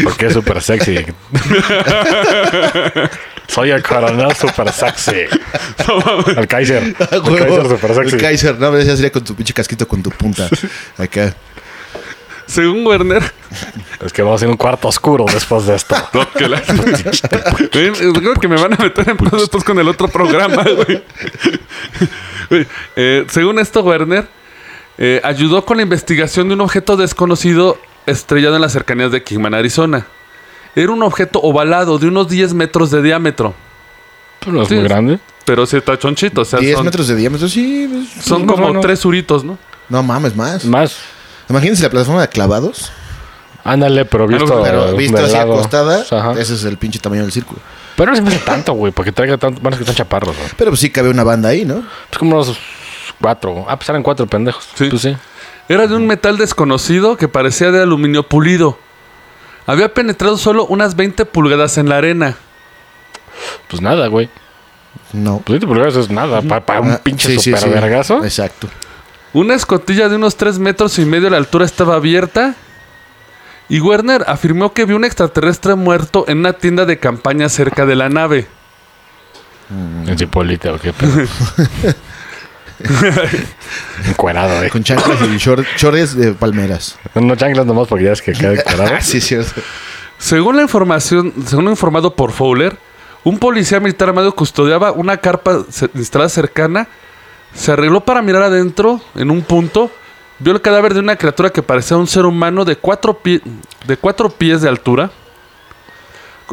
Porque es súper sexy. Soy el coronel súper sexy. El Kaiser. El Ah, huevo. Kaiser súper sexy. El Kaiser, no, pero ya sería con tu pinche casquito con tu punta. Acá. Según Werner. Es que vamos a ir a un cuarto oscuro después de esto. No, que la- Ven, eh, Creo que me van a meter en pedos después con el otro programa, güey. Güey, eh, según esto, Werner eh, ayudó con la investigación de un objeto desconocido estrellado en las cercanías de Kingman, Arizona. Era un objeto ovalado de unos 10 metros de diámetro. Pero Pues no es Sí, muy es- grande. Pero sí está chonchito, o sea, 10 son, metros de diámetro, sí. pues, son más o como menos. tres uritos, ¿no? No mames, más. Más. Imagínense la plataforma de clavados, Ándale, pero visto. pero pero de visto así lado. acostada, Ajá. ese es el pinche tamaño del círculo. Pero no se me hace tanto, güey, porque traiga tanto. Bueno, es que están chaparros, güey. Pero pues sí cabe una banda ahí, ¿no? Es como unos cuatro. Ah, pues eran cuatro pendejos. Sí. Pues sí. Era de un metal desconocido que parecía de aluminio pulido. Había penetrado solo unas 20 pulgadas en la arena. Pues nada, güey. No. Pues 20 pulgadas es nada. Para, para un Ah, pinche sí, sí, sí. supervergazo. Exacto. Una escotilla de unos 3 metros y medio de la altura estaba abierta. Y Werner afirmó que vio un extraterrestre muerto en una tienda de campaña cerca de la nave. En Cipolita, o qué pedo. Encuerado, eh. Con chanclas y short- shorts de palmeras. No chanclas nomás porque ya Ah, es que queda encuerado. sí, es cierto. Según la información, según lo informado por Fowler, un policía militar armado custodiaba una carpa ce- instalada cercana, se arregló para mirar adentro en un punto, vio el cadáver de una criatura que parecía un ser humano de cuatro, pie- de cuatro pies de altura,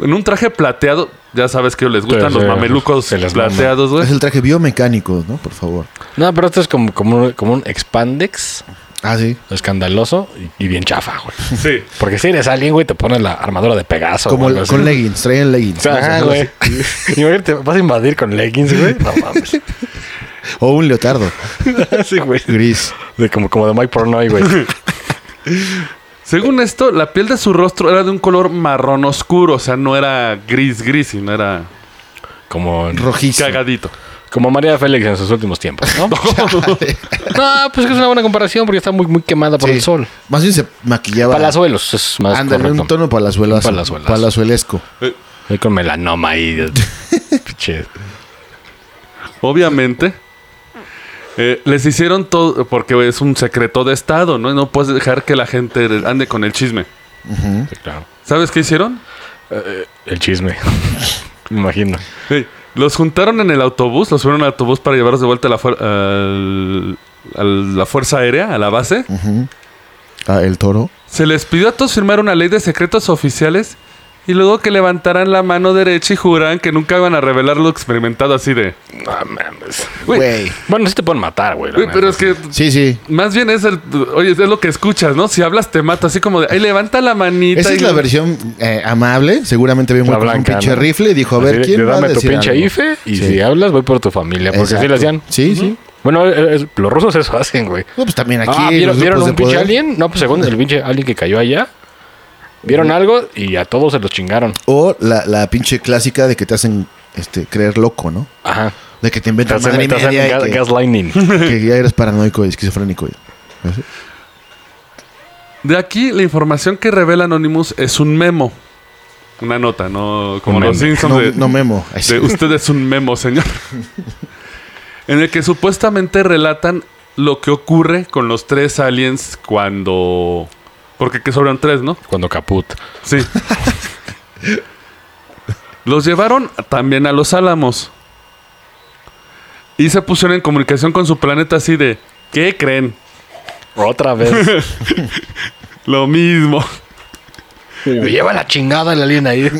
en un traje plateado, ya sabes que les gustan Sí, los sí, mamelucos se les mama. plateados, güey. Pues Es el traje biomecánico, ¿no? Por favor. No, pero esto es como, como, un, como un expandex Ah, sí. escandaloso y, y bien chafa, güey. Sí. Porque si eres alguien, güey, te pones la armadura de Pegaso. Como güey, el- algo así. con leggings, traen leggings. Ajá, Ajá, Ah, güey. Imagínate, vas a invadir con leggings, güey. No mames. O un leotardo Sí, güey. gris. De como, como de Mike Pornoy, güey. Según esto, la piel de su rostro era de un color marrón oscuro, o sea, no era gris, gris, sino era Como, Rojizo. cagadito. como María Félix en sus últimos tiempos, ¿no? no, pues es que es una buena comparación porque está muy, muy quemada por Sí. el sol. Más bien se maquillaba. Palazuelos es más Ándale, correcto. un tono palazuelazo. Palazuelazo. Palazuelesco. Ahí con melanoma ahí. de- Pinche. Obviamente. eh, les hicieron todo, porque es un secreto de Estado, ¿no? No puedes dejar que la gente ande con el chisme. ¿Mm? Sí, claro. ¿Sabes qué hicieron? El chisme. Me imagino. Sí, Los juntaron en el autobús, los fueron al autobús para llevarlos de vuelta a la, fuer- al- a la Fuerza Aérea, a la base. Ah, el toro. Se les pidió a todos firmar una ley de secretos oficiales y luego que levantaran la mano derecha y juraran que nunca iban a revelar lo experimentado así de... No mames. Güey, Güey. Bueno, sí te pueden matar, güey. la güey, neta. pero es que... Sí, sí. Más bien es el... Oye, es lo que escuchas, ¿no? Si hablas te mato, así como de... Ay, levanta la manita. Esa es y- la versión eh, amable. Seguramente había un La güey con un blanca, pinche ¿no? rifle y dijo, a ver, Así de- ¿quién de va a Dame tu decir pinche algo? IFE y Sí. si hablas voy por tu familia. Porque así Exacto. lo hacían. Sí, sí. Bueno, eh, eh, los rusos eso hacen, güey. No, pues también aquí ah, ¿vieron, los vieron grupos de un pinche poder. alien? No, pues según el pinche alien que cayó allá. Vieron algo y a todos se los chingaron. O la, la pinche clásica de que te hacen este, creer loco, ¿no? Ajá. De que te Te inventas hacen, madre y te hacen media ga- y que, gaslighting. que ya eres paranoico y esquizofrénico. ¿Ves? De aquí, la información que revela Anonymous es un memo. Una nota, no como Un los meme. Simpsons No, de, no memo. Ay, sí. de usted es un memo, señor. en el que supuestamente relatan lo que ocurre con los tres aliens cuando... Porque que sobran tres, ¿no? Cuando caput. Sí. los llevaron también a los Álamos. Y se pusieron en comunicación con su planeta así de... ¿Qué creen? Otra vez. Lo mismo. Me lleva la chingada el alien ahí.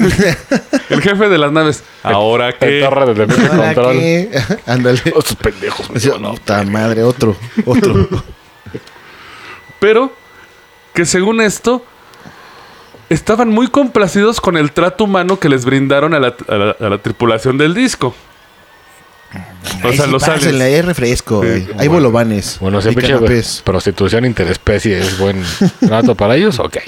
El jefe de las naves. Ahora El que. torre de Demente ¿Para control. qué? Ándale. Estos pendejos. me Decía, llevan a- puta madre, otro, otro. Pero que según esto, estaban muy complacidos con el trato humano que les brindaron a la, a la- a la tripulación del disco. O sea, los aliens. salen. Hay refresco, güey. Hay bolovanes. Bueno, hay si pinche canapés. prostitución interespecie es buen trato para ellos, ok.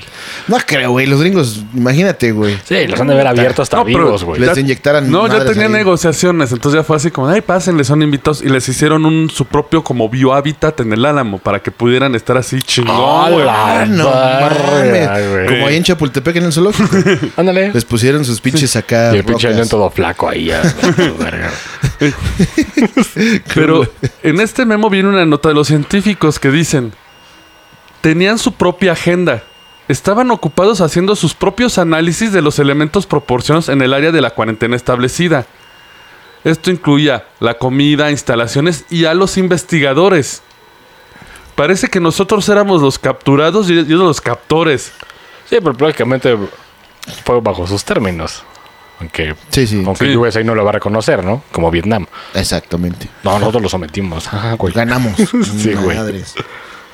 No creo, güey. Los gringos, imagínate, güey. Sí, los han de ver abiertos hasta No, pero- vivos, güey. Les inyectaran No, ya madres tenía ahí. negociaciones, entonces ya fue así como, ay, pásenle, son invitados. Y les hicieron un, su propio como biohábitat en el álamo para que pudieran estar así chingón. güey. ¡Hala, Ah, no verga, mames. güey! Como ahí en Chapultepec en el zoológico. Ándale. Les pusieron sus pinches acá. Y el pinche rocas. alien todo flaco ahí. ya, verga. Pero en este memo viene una nota de los científicos que dicen, tenían su propia agenda. Estaban ocupados haciendo sus propios análisis de los elementos proporcionados en el área de la cuarentena establecida. Esto incluía la comida, instalaciones y a los investigadores. Parece que nosotros éramos los capturados y ellos los captores. Sí, pero prácticamente fue bajo sus términos. Aunque, Sí, sí. aunque Sí. USA no lo va a reconocer, ¿no? Como Vietnam. Exactamente. No, nosotros lo sometimos. Ajá, güey. pues Ganamos. Sí, güey. Madres.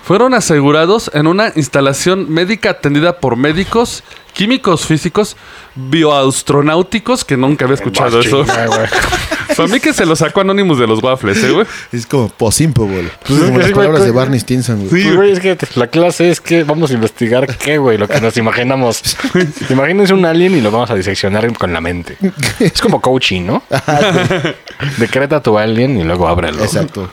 Fueron asegurados en una instalación médica atendida por médicos, químicos físicos, bioastronáuticos, que nunca había escuchado Vas, eso. chinga, güey. Para mí que se lo sacó Anonymous de los waffles, ¿eh, güey? Es como Posimpo, güey. Es como las Sí, güey, palabras de güey. Barney Stinson, güey. Sí, Pues, güey, es que la clase es que vamos a investigar qué, güey, lo que nos imaginamos. Imagínense un alien y lo vamos a diseccionar con la mente. Es como coaching, ¿no? Decreta tu alien y luego ábrelo. Exacto.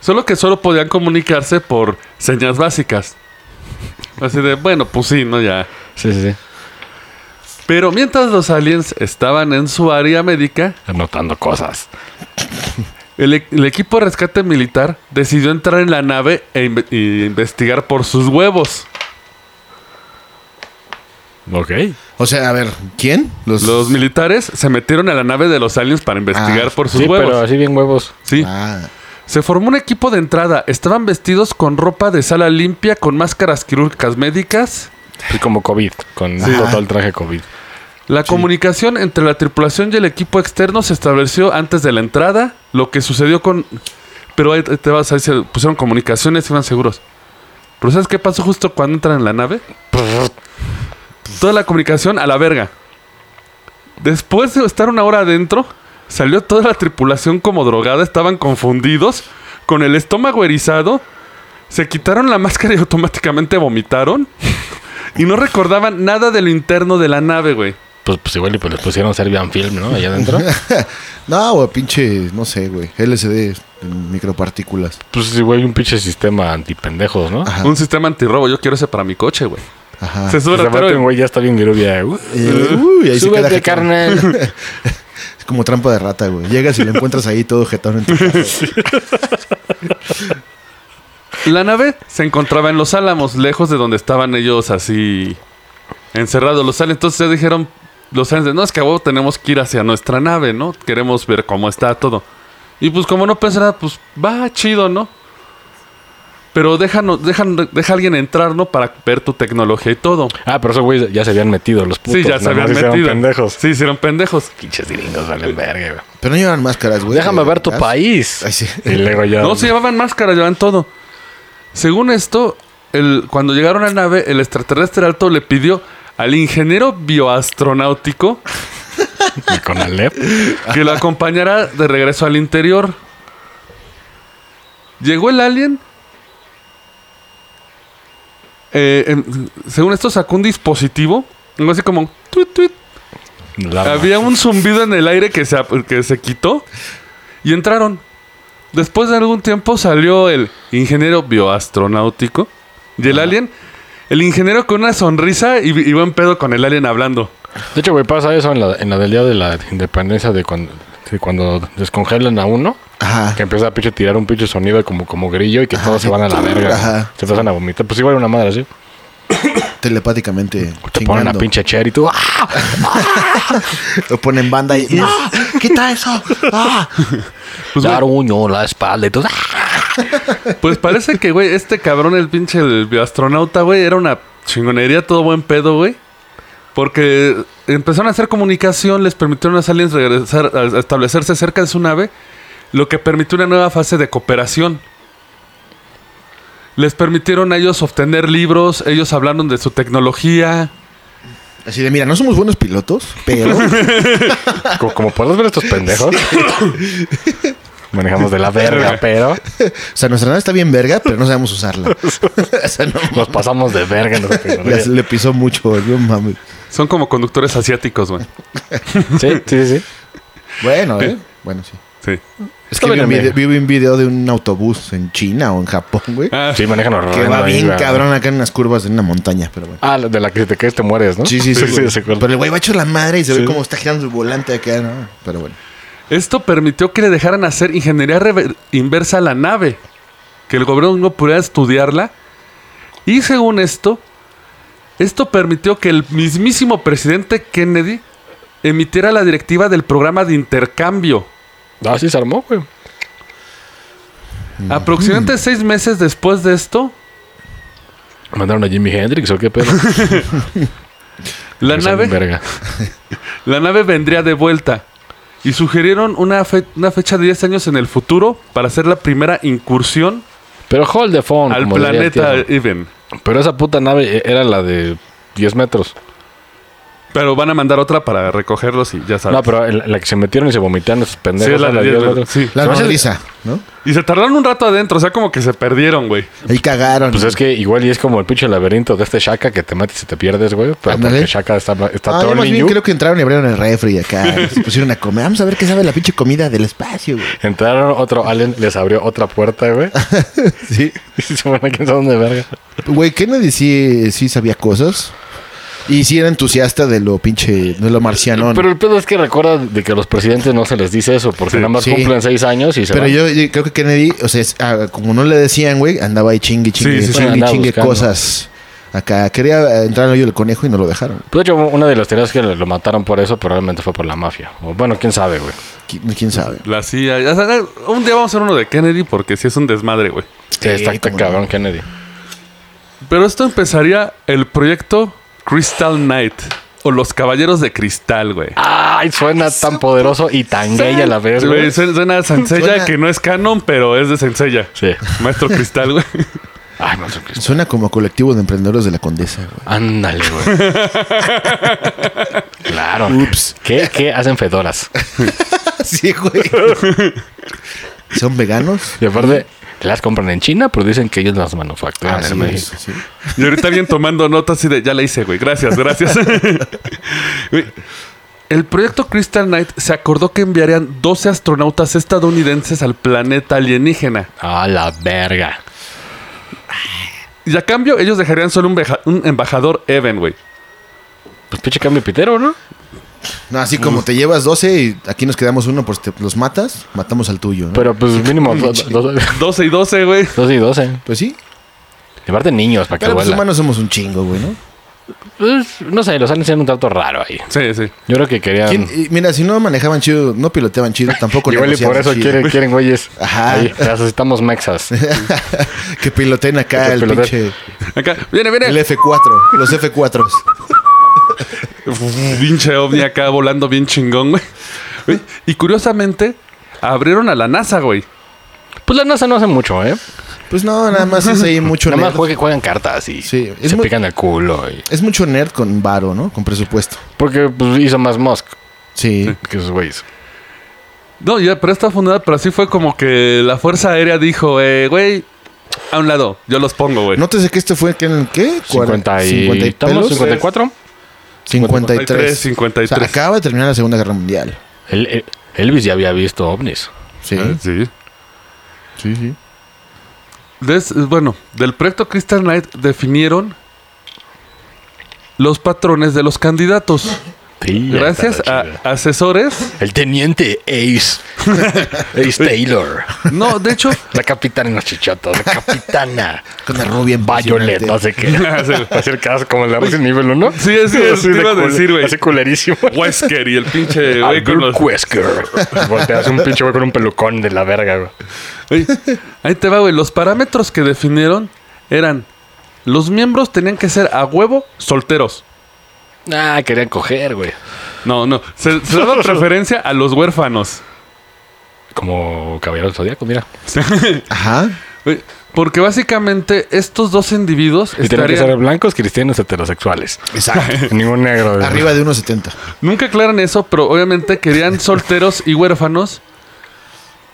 Solo que solo podían comunicarse por señas básicas. Así de, bueno, pues sí, ¿no? Ya. Sí, sí, sí. Pero mientras los aliens estaban en su área médica, Anotando cosas. el, e- el equipo de rescate militar decidió entrar en la nave e inve- y investigar por sus huevos. Ok. O sea, a ver, ¿quién? Los militares se metieron a la nave de los aliens para investigar Ah, por sus Sí, huevos. pero así bien huevos. Sí. Ah, Se formó un equipo de entrada. Estaban vestidos con ropa de sala limpia, con máscaras quirúrgicas médicas. Sí, como COVID, con todo el traje COVID. La comunicación entre la tripulación y el equipo externo se estableció antes de la entrada. Lo que sucedió con. Pero ahí te vas ahí se pusieron comunicaciones, iban seguros. Pero ¿sabes qué pasó justo cuando entran en la nave? Toda la comunicación a la verga. Después de estar una hora adentro, salió toda la tripulación como drogada, estaban confundidos, con el estómago erizado, se quitaron la máscara y automáticamente vomitaron. Y no recordaban nada de lo interno de la nave, güey. Pues, pues igual y pues les pusieron Serbian Film, ¿no? Allá adentro. no, güey, pinche, no sé, güey. LCD, en micropartículas. Pues sí, güey, un pinche sistema antipendejos, ¿no? Ajá. Un sistema antirrobo, yo quiero ese para mi coche, güey. Ajá. Se sube Ese la vato, tarde. güey, ya está bien grubia. Uh, Eh, uy, ahí se queda Súbete, jetón. carnal. Es como trampa de rata, güey. Llegas y lo encuentras ahí todo jetón en tu casa. La nave se encontraba en los álamos, lejos de donde estaban ellos así encerrados. Los aliens, entonces ya dijeron, los aliens, de, no, es que a huevo tenemos que ir hacia nuestra nave, ¿no? Queremos ver cómo está todo. Y pues como no pensé nada, pues va chido, ¿no? Pero déjanos, dejan, deja a alguien entrar, ¿no? Para ver tu tecnología y todo. Ah, pero esos güeyes ya se habían metido los putos. sí, ya se nada más habían hicieron metido. pendejos. Sí, hicieron pendejos. Pinches gringos, valen verga, güey. Pero no llevan máscaras, güey. Déjame ver tu ¿Verdad? país. Ay, sí. Y luego ya. No, se llevaban máscaras, llevaban todo. Según esto, el- cuando llegaron a la nave, el extraterrestre alto le pidió al ingeniero bioastronáutico Y con Alep. que lo acompañara de regreso al interior. Llegó el alien. Eh, em, según esto, sacó un dispositivo. Algo así como tuit, tuit. Había un zumbido en el aire que se, ap- que se quitó y entraron. Después de algún tiempo salió el ingeniero bioastronáutico y el alien. El ingeniero con una sonrisa y, y buen pedo con el alien hablando. De hecho, güey, pasa eso en la, en la del día de la independencia de cuando, de cuando descongelan a uno. Ajá. Que empieza a pinche tirar un pinche sonido como, como grillo y que todos se van a la verga. Ajá. Se empiezan a vomitar. Pues igual una madre así. Telepáticamente. Te ponen a chingando. pinche cher y tú. ¡ah! Lo ponen banda y. ¡Ah! ¡Quita eso! ¡Ah! Pues, dar güey, uño, la espalda y tú. ¡ah! pues parece que, güey, este cabrón, el pinche el bioastronauta, güey, era una Chingonería, todo buen pedo, güey. Porque empezaron a hacer comunicación, les permitieron a los aliens regresar a a establecerse cerca de su nave, lo que permitió una nueva fase de cooperación. Les permitieron a ellos obtener libros, ellos hablaron de su tecnología. Así de, mira, no somos buenos pilotos, pero Como, como puedes ver estos pendejos. Manejamos de la verga, pero O sea, nuestra nave está bien verga, pero no sabemos usarla. o sea, no nos pasamos de verga. en nuestra tecnología. mames. Le, le pisó mucho, no mames. Son como conductores asiáticos, güey. Sí, sí, sí. Bueno, ¿eh? Bueno, sí. Sí. Es que vi un, video, vi un video de un autobús en China o en Japón, güey. Ah, Sí, manejan horror. que va bien cabrón acá en unas curvas en una montaña, pero bueno. Ah, la- de la que si te caes te mueres, ¿no? Sí, sí, sí. güey. se acuerda. pero el güey va hecho la madre y se ve cómo está girando su volante acá, ¿no? Pero bueno. Esto permitió que le dejaran hacer ingeniería rever- inversa a la nave, que el gobierno pudiera estudiarla. Y según esto, esto permitió que el mismísimo presidente Kennedy emitiera la directiva del programa de intercambio. Ah, sí, se armó, güey. Aproximadamente seis meses después de esto, Mandaron a Jimi Hendrix o qué pedo. la Son nave... Verga. La nave vendría de vuelta y sugirieron una, fe- una fecha de 10 años en el futuro para hacer la primera incursión Pero hold the phone. al como diría el planeta tierno. Even. Pero esa puta nave eh, era la de 10 metros. Pero van a mandar otra para recogerlos y ya sabes. No, pero el- la que se metieron y se vomitaron esos pendejos. Sí, es la era de 10 metros. metros. Sí. La No, nodriza, ¿no? Y se tardaron un rato adentro, o sea, como que se perdieron, güey. Ahí cagaron. Pues es que igual y es como el pinche laberinto de este Shaka que te mates y te pierdes, güey. Pero Ándale. porque Shaka está, está Ah, yo todo más bien niño. creo que entraron y abrieron el refri acá. y se pusieron a comer. Vamos a ver qué sabe la pinche comida del espacio, güey. Entraron otro alien, les abrió otra puerta, güey. Sí. y se van a quién sabe dónde verga. Güey, Kennedy sí, sí sabía cosas. Y sí era entusiasta de lo pinche, de lo marciano. Pero el pedo es que recuerda de que a los presidentes no se les dice eso, porque Sí. nada más Sí. cumplen seis años y se Pero van. yo, yo creo que Kennedy, o sea, es- ah, como no le decían, güey, andaba ahí chingue, Sí, chingue, sí, sí, chingue, andaba chingue buscando. cosas. Acá quería eh, entrar al hoyo del conejo y no lo dejaron. Pues, de hecho, una de las teorías que lo mataron por eso probablemente fue por la mafia. O bueno, quién sabe, güey. Qui- ¿Quién sabe? La CIA. ya sabes, un día vamos a hacer uno de Kennedy porque sí es un desmadre, güey. Sí, está está cómo no. cabrón Kennedy. Pero esto empezaría el proyecto Crystal Knight o Los Caballeros de Cristal, güey. Ah, Ay, suena tan poderoso y tan gay a la vez, Güey, güey. su- Suena a Sansella, Suena- que no es canon, pero es de Sansella. Sí. Maestro Cristal, güey. Ay, no sé qué es. Suena como colectivo de emprendedores de la condesa, güey. Ándale, güey. claro. Ups. ¿Qué, ¿Qué hacen fedoras? sí, güey. ¿Son veganos? Y aparte, las compran en China, pero dicen que ellos las manufacturan en Así es, México. sí. Y ahorita bien tomando notas así de, ya la hice, güey. Gracias, gracias. Güey, El proyecto Crystal Knight se acordó que enviarían 12 astronautas estadounidenses al planeta alienígena. A la verga. Y a cambio, ellos dejarían solo un, veja- un embajador Even, güey. Pues pinche cambio pitero, ¿no? No, así como te llevas 12 y aquí nos quedamos uno, pues te los matas, matamos al tuyo, ¿no? Pero pues mínimo dos, dos, 12 y 12, güey. dos y doce. pues sí. Llevarte niños para que Pero pues, los vuelan. humanos somos un chingo, güey, ¿no? Pues, no sé, los aliens tienen un trato raro ahí. Sí, sí. Yo creo que querían... ¿Quién- y mira, si no manejaban chido, no piloteaban chido, tampoco Igual y por negociaban eso chido. quieren, quieren güeyes. Ajá. Ahí, necesitamos mexas. que piloteen acá Que el piloteen. pinche... Acá, viene, viene. El F4, los F4. Pinche ovni acá volando bien chingón, güey. Güey, Y curiosamente, abrieron a la NASA, güey. Pues la NASA no hace mucho, ¿eh? Pues no, nada más es ahí mucho Nada nerd. más juegan, juegan cartas y Sí, es se muy- pican el culo. y- Es mucho nerd con varo, ¿no? Con presupuesto. Porque pues, hizo más Musk Sí. que esos güeyes. No, ya, pero esta fundada, pero así fue como que la Fuerza Aérea dijo, eh, güey, a un lado, yo los pongo, güey. Nótese que este fue que en el qué? 50 y... 50 y ¿Estamos? pelos. 54. 53. 53. O sea, acaba de terminar la Segunda Guerra Mundial. El- el- Elvis ya había visto ovnis. Sí. Ah, Sí. ¿eh? Sí, sí. Des- bueno, del proyecto Crystal Knight definieron los patrones de los candidatos. Sí, ya Gracias está a la chingada. asesores. El teniente Ace. Ace Taylor. No, de hecho, La capitana en los chichotos. La capitana. Con la rubia en Violet, no sé qué. Así el caso como el de Resident Evil 1. Sí, sí, es- te iba a decir, güey. Así culerísimo. Wesker y el pinche güey con Albert los... Wesker. Volteas un pinche güey con un pelucón de la verga, güey. Oye, ahí te va, güey. Los parámetros que definieron eran Los miembros tenían que ser a huevo solteros. Ah, querían coger, güey. No, no. Se, se daba preferencia a los huérfanos. Como Caballero del Zodíaco, mira. Ajá. Oye, Porque básicamente estos dos individuos Y tenían que ser estarían... blancos, cristianos, heterosexuales. Exacto. Ningún negro. güey. Arriba de 1.70. Nunca aclaran eso, pero obviamente querían solteros y huérfanos.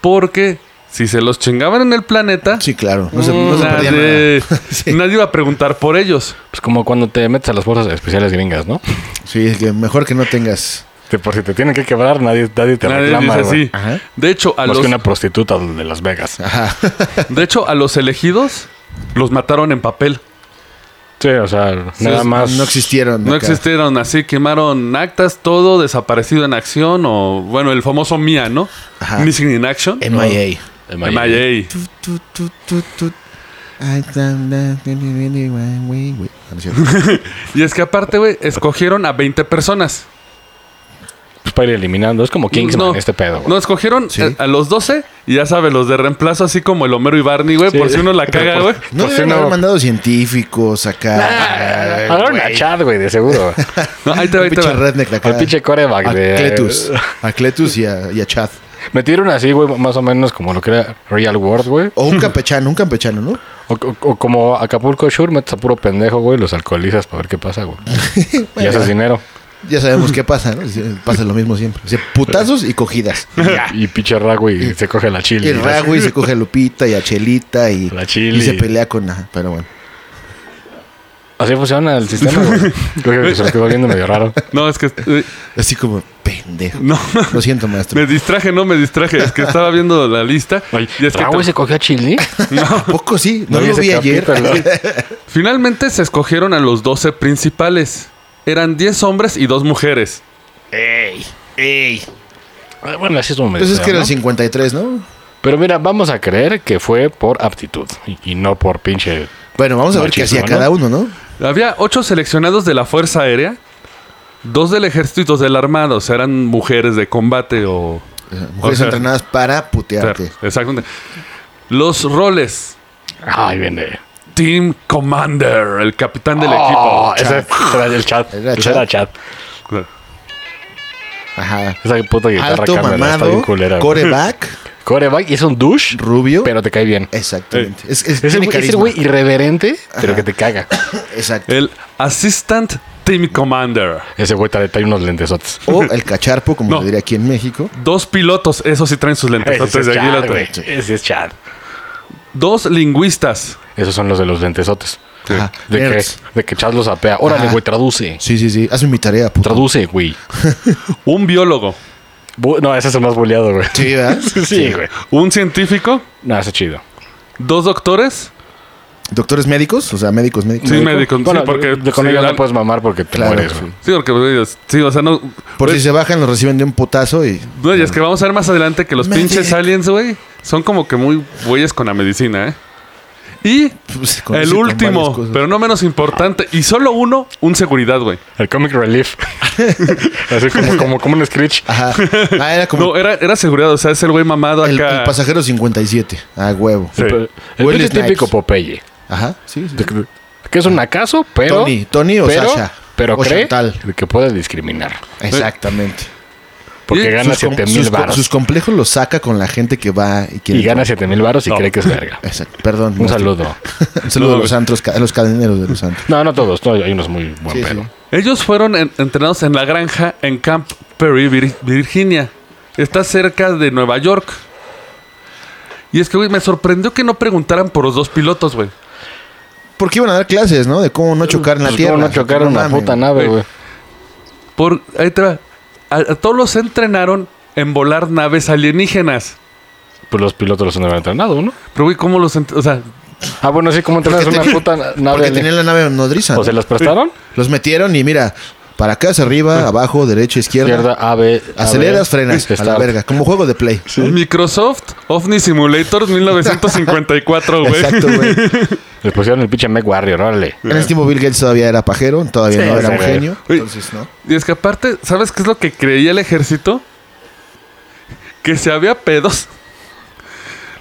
Porque si se los chingaban en el planeta, Sí, claro. No se, no Mm, se perdía nada. nadie, Sí. nadie iba a preguntar por ellos. Pues como cuando te metes a las fuerzas especiales gringas, ¿no? Sí, es que mejor que no tengas. Que por si te tienen que quebrar, nadie, nadie te Nadie reclama, dice güey. así. Ajá. De hecho, a Más los, que una prostituta de Las Vegas. Ajá. de hecho, a los elegidos los mataron en papel. Sí, o sea, nada más. No existieron. No acá. existieron así, quemaron actas, todo desaparecido en acción o, bueno, el famoso MIA, ¿no? Ajá. Missing in Action. MIA. MIA. MIA. Tu, tu, tu, tu. I found out that you really were way, way. Ah, no es cierto. Y es que aparte, güey, escogieron a 20 personas. Pues para ir eliminando. Es como Kingsman este pedo. güey. No, escogieron Sí. a, a los 12 y ya sabes, los de reemplazo, así como el Homero y Barney, güey, Sí. por si uno la caga, güey. No Pues deben sí, no. haber mandado científicos acá. Ah, Ay, Ahora güey. una chat, güey, de seguro. No, ahí te va, ahí Un te pinche va. redneck de acá. Al pinche coreback A de- Cletus. A Cletus y a, y a Chad. Metieron así, güey, más o menos como lo que era Real World, güey. O un campechano, un campechano, ¿no? O, o- o como Acapulco Shore, metes a puro pendejo, güey, los alcoholizas para ver qué pasa, güey. y haces dinero. Ya sabemos qué pasa, ¿no? Sí, Pasa lo mismo siempre. O sea, putazos y cogidas. Y pinche Ra, güey, se coge la Y chile. el Ragui se coge a Lupita y a Chelita y, La Chili. y se pelea con... ajá, pero bueno. Así funciona el sistema, güey. Creo que se lo quedó viendo medio raro. No, es que eh, Así como, pendejo. No. Lo siento, maestro. me distraje, no me distraje. Es que estaba viendo la lista. Y es que ¿Ra, Ah, güey, se cogió a Chili? ¿A poco sí? No, No lo vi ese vi ayer. capítulo. Finalmente se escogieron a los 12 principales. Eran 10 hombres y 2 mujeres. Ah, Bueno, así es como Entonces medio. Pues es feo, que era ¿no? el 53, ¿no? Pero mira, vamos a creer que fue por aptitud y, y no por pinche. Bueno, vamos a ver qué Machismo, hacía ¿no? cada uno, ¿no? Había 8 seleccionados de la Fuerza Aérea, 2 del Ejército y 2 del Armada. O sea, eran mujeres de combate o... Mujeres O sea, entrenadas para putearte. Exactamente. Los roles. Ay, viene. Team Commander, el capitán del Oh, equipo. ese era el chat. Era Ese chat. era chat. Ajá. Esa puta guitarra Alto, cámara está bien mamado, culera. güey. coreback, Coreback y es un douche, rubio. pero te cae bien. Exactamente. Es, es, Es el tiene güey- es el carisma. güey irreverente, pero que te caga. Exacto. El Assistant Team Commander. Ese güey trae, trae unos lentesotes. O el cacharpo, como No. lo diría aquí en México. Dos pilotos, esos sí traen sus lentes. Ese antes es de chat, águila. güey. Ese es chat. Dos lingüistas. Esos son los de los lentesotes. Ajá. De que, Nerds. de que chat los apea. Órale, Ajá. güey, traduce. Sí, sí, sí. Hazme mi tarea, puto. Traduce, güey. Un biólogo. Bu- No, ese es el más boleado, güey. Sí, ¿verdad? Sí, güey. Un científico. No, ese es chido. Dos doctores. ¿Doctores médicos? O sea, médicos, médicos. Sí, médicos. Sí, Bueno, porque- de- con sí, ellos la- no puedes mamar porque te Claro, mueres. sí. güey. Sí, porque pues, sí, o sea, no. Por Pues si se bajan, los reciben de un putazo y... No, y es que vamos a ver más adelante que los Medic. pinches aliens, güey, son como que muy güeyes con la medicina, ¿eh? Y pues, se conoce el con último, varias cosas. pero no menos importante, y solo uno, un seguridad, güey. El comic relief. Así como, como, como un screech. Ajá. Ah, era como No, era, era seguridad, o sea, es el güey mamado el, el acá. pasajero 57. Ah, huevo. Sí. El Will pinche Snipes. típico Popeye. Ajá. Sí, sí. Que es un acaso, pero. Tony, Tony o pero, Sasha. Pero O cree Chantal. que puede discriminar. Exactamente. Porque Y gana Sus com- 7 sus co- Sus mil baros. complejos los saca con la gente que va y quiere... Y gana 7 mil baros y No. cree que es verga. Exacto. Perdón. Un maestro. saludo. Un saludo a los antros, ca- a los cadeneros de los antros. No, no todos. no, hay unos muy buen Sí, pedo. sí. Ellos fueron en- entrenados en la granja en Camp Perry, Vir- Virginia. Está cerca de Nueva York. Y es que, güey, me sorprendió que no preguntaran por los dos pilotos, güey. Porque iban a dar clases, ¿no? De cómo no chocar en la Pues, tierra. ¿Cómo no chocar No una mames. puta nave, güey? Por, ahí te va. A, a todos los entrenaron en volar naves alienígenas. Pues los pilotos los han de haber entrenado, ¿no? Pero, güey, ¿cómo los... ent- O sea, Ah, bueno, sí, como entrenas Porque una tenía- puta na- Porque nave. tenían la le- nave nodriza. ¿O se ¿no? las prestaron? Los metieron y mira, para acá hacia arriba, abajo, derecha, izquierda. Izquierda, A, B. A, B, Aceleras, frenas. A la start. verga. Como juego de play. Microsoft OVNI Simulator 1954, güey. Exacto, güey. Les pusieron el pinche Meg Warrior, órale. En este tiempo Bill Gates todavía era pajero, todavía Sí, no era sí, un güey. genio. Uy. Entonces, ¿no? Y es que aparte, ¿sabes qué es lo que creía el ejército? Que si había pedos,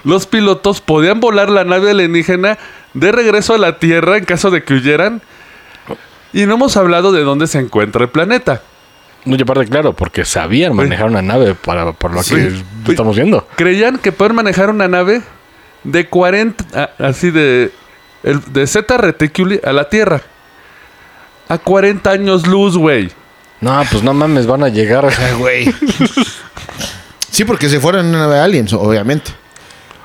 los pilotos podían volar la nave alienígena de regreso a la Tierra en caso de que huyeran. Y no hemos hablado de dónde se encuentra el planeta. No, y aparte, claro, porque sabían manejar una nave para, por lo Sí. que Sí. estamos viendo. Creían que poder manejar una nave de 40, a- así de, el- de Z Reticuli a la Tierra. A 40 años luz, güey. No, pues no mames, van a llegar. güey. Sí, porque se fueron en una nave aliens, obviamente.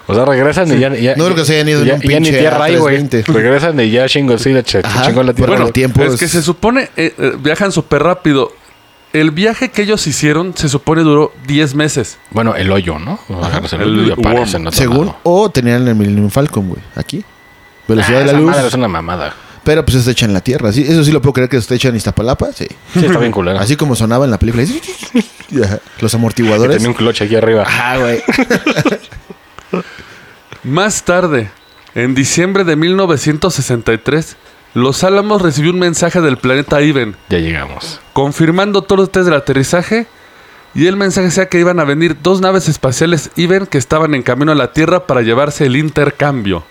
O sea, regresan y ya, y ya- No creo que se hayan ido en ya- un y ya ni pinche tierra hay, güey. A320. Regresan y ya chingo, sí, la ch- Ajá, chingó la tierra. Bueno, güey. tiempo es es- que se supone, eh, eh, viajan súper rápido. El viaje que ellos hicieron se supone duró 10 meses. Bueno, el hoyo, ¿no? O sea, pues el El hoyo aparece en otro Según, lado. o tenían el Millennium Falcon, güey, aquí. Velocidad de la Ah, Esa luz. madre es una mamada. Pero pues está hecha en la Tierra. Sí, eso sí lo puedo creer que está hecha en Iztapalapa, sí. Sí, está bien culera. Así como sonaba en la película. Ajá. Los Y amortiguadores. tenía un cloche aquí arriba. Ah, güey. Más tarde, en diciembre de 1963, Los Álamos recibió un mensaje del planeta Iben, Ya llegamos. confirmando todos los test del aterrizaje. Y el mensaje sea que iban a venir dos naves espaciales Iben que estaban en camino a la Tierra para llevarse el intercambio.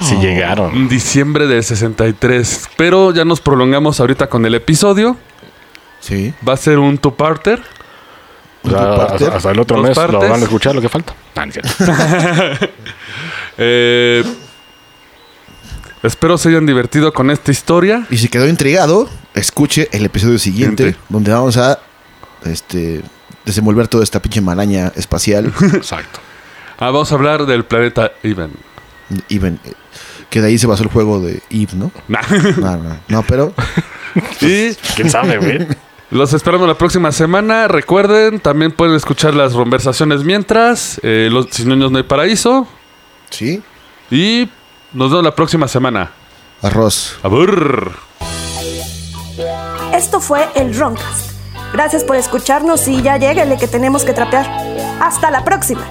Sí llegaron. En diciembre del 63. Pero ya nos prolongamos ahorita con el episodio. Sí. Va a ser un two-parter. O sea, ¿Tu parte? hasta, hasta el otro Dos mes lo partes. van a escuchar lo que falta. Ah, no es cierto. Eh, espero se hayan divertido con esta historia. Y si quedó intrigado, escuche el episodio siguiente, Gente. donde vamos a este, desenvolver toda esta pinche maraña espacial. Exacto. Ah, vamos a hablar del planeta Iben. Even, eh, que de ahí se basó el juego de Eve, ¿no? Nah. No, no, no, pero y ¿Quién sabe, güey? los esperamos la próxima semana. Recuerden, también pueden escuchar las conversaciones mientras. eh, los, sin niños no hay paraíso. sí, Y nos vemos la próxima semana. arroz. Abur. Esto fue el Roncast. Gracias por escucharnos y ya lléguele que tenemos que trapear. ¡Hasta la próxima!